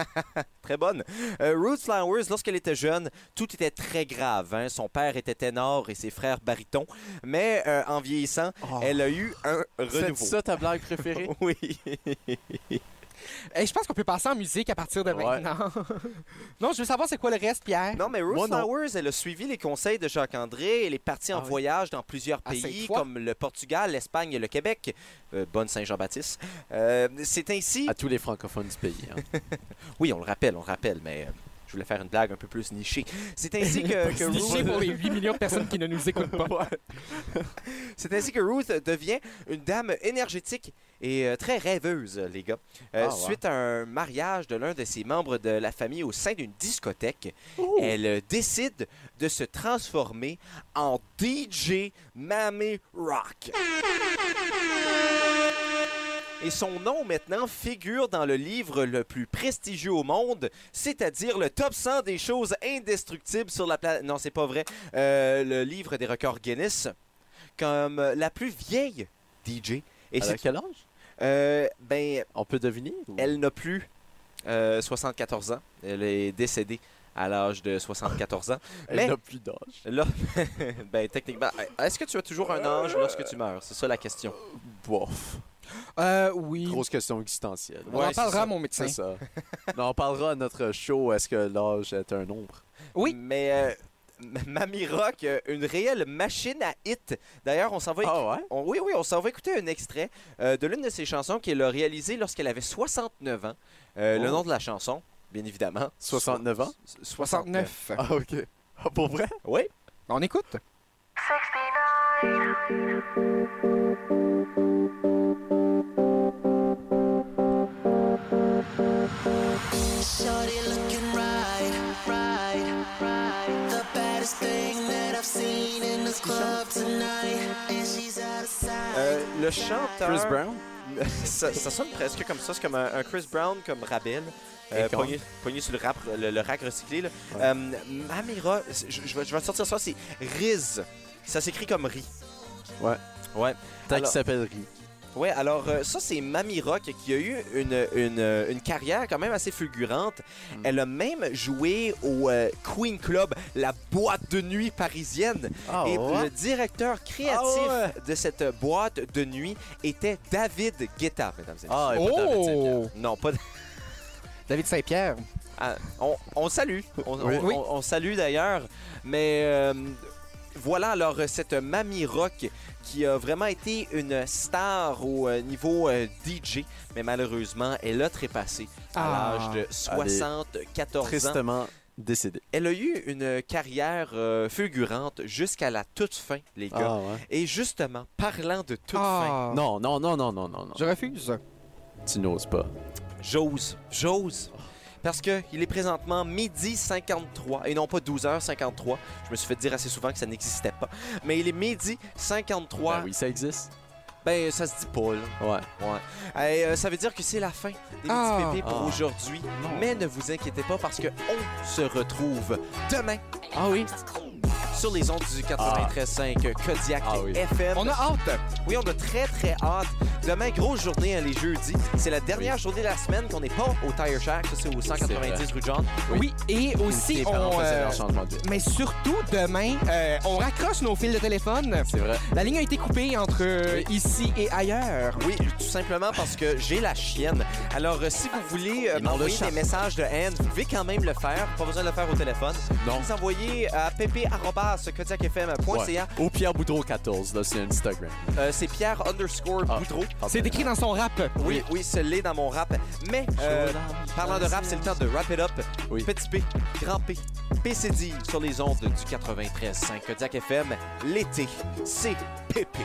Speaker 1: très bonne. Euh, Ruth Flowers, lorsqu'elle était jeune, tout était très grave. hein. Son père était ténor et ses frères barytons. Mais euh, en vieillissant, elle a eu un
Speaker 3: Oh. C'est
Speaker 1: renouveau.
Speaker 3: ça ta blague préférée?
Speaker 1: Oui.
Speaker 4: Et je pense qu'on peut passer en musique à partir de
Speaker 3: Ouais.
Speaker 4: maintenant. non, je veux savoir c'est quoi le reste, Pierre.
Speaker 1: Non, mais Ruth
Speaker 3: Moi, non.
Speaker 1: Flowers, elle a suivi les conseils de Jacques-André. Elle est partie en
Speaker 4: Ah oui.
Speaker 1: voyage dans plusieurs
Speaker 4: À
Speaker 3: Ah,
Speaker 1: pays,
Speaker 4: Sainte-Foy.
Speaker 1: comme le Portugal, l'Espagne et le Québec. Euh, bonne Saint-Jean-Baptiste. Euh, C'est ainsi...
Speaker 3: À tous les francophones du pays. hein.
Speaker 1: Oui, on le rappelle, on le rappelle, mais... euh, Je voulais faire une blague un peu plus nichée. C'est ainsi
Speaker 3: euh,
Speaker 1: que, que Ruth...
Speaker 4: Niché pour les 8 millions de personnes qui ne nous écoutent pas.
Speaker 1: C'est ainsi que Ruth devient une dame énergétique et euh, très rêveuse, les gars. Euh,
Speaker 3: Ah, ouais.
Speaker 1: Suite à un mariage de l'un de ses membres de la famille au sein d'une discothèque, elle euh, décide de se transformer en DJ Mammy Rock. Et son nom maintenant figure dans le livre le plus prestigieux au monde, c'est-à-dire le top 100 des choses indestructibles sur la planète. Non, c'est pas vrai. Euh, le livre des records Guinness comme euh, la plus vieille DJ. Et
Speaker 3: Elle a
Speaker 1: c'est
Speaker 3: quel âge?
Speaker 1: euh, ben,
Speaker 3: On peut deviner? ou-
Speaker 1: elle n'a plus euh, 74 ans. Elle est décédée à l'âge de 74 ans.
Speaker 3: Elle
Speaker 1: mais-
Speaker 3: n'a plus d'âge.
Speaker 1: Là, ben techniquement, est-ce que tu as toujours un ange lorsque tu meurs C'est ça la question.
Speaker 3: Bof.
Speaker 4: Euh, oui.
Speaker 3: Grosse question existentielle.
Speaker 4: On en parlera à mon médecin.
Speaker 3: C'est ça. Non, on parlera à notre show. Est-ce que l'âge est un nombre?
Speaker 4: Oui.
Speaker 1: Mais euh, M- Mamie Rock, euh, une réelle machine à hit. D'ailleurs, on s'en va. éc-
Speaker 3: Ah ouais?
Speaker 1: on- oui, oui, on s'en va écouter un extrait euh, de l'une de ses chansons qu'elle a réalisée lorsqu'elle avait 69 ans. Euh, Le
Speaker 3: Oh.
Speaker 1: nom de la chanson, bien évidemment.
Speaker 3: 69 ans?
Speaker 4: 69.
Speaker 3: Ah, OK. Ah, pour vrai?
Speaker 1: Oui.
Speaker 3: Ah.
Speaker 4: On écoute.
Speaker 10: 69,
Speaker 5: Shorty looking right, right, right. The baddest thing that I've seen in this club tonight. And she's out of sight.
Speaker 1: Euh, le chanteur.
Speaker 3: Chris Brown?
Speaker 1: ça, ça sonne presque comme ça. C'est comme un, un Chris Brown comme Rabel. Euh,
Speaker 3: Et con.
Speaker 1: pogné, pogné sur le, rap, le, le rack recyclé. Là. Euh, Mamira, c'est- je, je vais, je vais sortir ça, c'est Riz. Ça s'écrit comme Riz.
Speaker 3: Ouais.
Speaker 1: Ouais.
Speaker 3: Tant qu'il
Speaker 1: Alors-
Speaker 3: s'appelle Rie.
Speaker 1: Ouais, alors euh, ça, c'est Mamie Rock qui a eu une, une, euh, une carrière quand même assez fulgurante.
Speaker 3: Hmm.
Speaker 1: Elle a même joué au euh, Queen Club, la boîte de nuit parisienne.
Speaker 3: Ah,
Speaker 1: Et
Speaker 3: ouais?
Speaker 1: le directeur créatif
Speaker 3: Ah
Speaker 1: de cette boîte de nuit était David Guetta, mesdames et messieurs.
Speaker 3: Ah, et pas David Saint-Pierre.
Speaker 4: Oh!
Speaker 1: Non, pas.
Speaker 4: David Saint-Pierre.
Speaker 1: Ah, on, on salue. On, on-
Speaker 4: Oui.
Speaker 1: on- on salue d'ailleurs. Mais euh, voilà alors euh, cette Mamie Rock qui a vraiment été une star au euh, niveau euh, DJ. Mais malheureusement, elle a trépassé à
Speaker 4: Ah.
Speaker 1: l'âge de 74 ans.
Speaker 3: Tristement décédé.
Speaker 1: Elle a eu une carrière euh, fulgurante jusqu'à la toute fin, les gars.
Speaker 3: Ah, ouais.
Speaker 1: Et justement, parlant de toute fin,
Speaker 4: Ah.
Speaker 3: Non, non, non, non, non, non. non.
Speaker 4: Je refuse.
Speaker 3: Tu n'oses pas.
Speaker 1: j'ose, j'ose. Parce que il est présentement midi 53 et non pas 12h53. Je me suis fait dire assez souvent que ça n'existait pas. Mais il est midi 53.
Speaker 3: Ben oui, ça existe.
Speaker 1: Ben, ça se dit pas, là.
Speaker 3: Ouais.
Speaker 1: Ouais. Et, euh, ça veut dire que c'est la fin des petits
Speaker 4: Ah.
Speaker 1: pépés pour
Speaker 3: Ah.
Speaker 1: aujourd'hui. Mais ne vous inquiétez pas parce que on se retrouve demain. Ah oui. Sur les ondes du 93.5 Kodiak
Speaker 3: Ah oui.
Speaker 1: FM.
Speaker 4: On a hâte.
Speaker 1: Oui, on a très, très hâte. Demain, grosse journée, hein, les jeudis. C'est la dernière journée de la semaine qu'on n'est pas au Tire Shack. Ça, c'est au 190 rue John.
Speaker 4: Oui. Et aussi,
Speaker 3: Les parents
Speaker 4: on.
Speaker 3: faisaient
Speaker 4: euh,
Speaker 3: leur changement de vie.
Speaker 4: mais surtout, demain, euh, on raccroche nos fils de téléphone.
Speaker 3: C'est vrai.
Speaker 4: La ligne a été coupée entre euh, ici et ailleurs.
Speaker 1: Oui, tout simplement parce que j'ai la chienne. Alors, euh, si vous voulez euh,
Speaker 3: Ils m'ont le
Speaker 1: m'envoyer
Speaker 3: chat.
Speaker 1: des messages de haine, vous pouvez quand même le faire. Pas besoin de le faire au téléphone.
Speaker 3: Non.
Speaker 1: Vous envoyez à pp.kodiakfm.ca.
Speaker 3: Au Pierre Boudreau 14, là, c'est Instagram.
Speaker 1: Euh, c'est Pierre underscore
Speaker 3: Ah.
Speaker 1: Boudreau.
Speaker 4: C'est écrit dans son rap.
Speaker 1: Oui, oui, c'est l'est dans mon rap. Mais, euh, parlant de rap, c'est le temps de wrap it up.
Speaker 3: Oui.
Speaker 1: Petit P, grand P, PCD sur les ondes du 93.5 Kodiak FM. L'été, c'est pépé.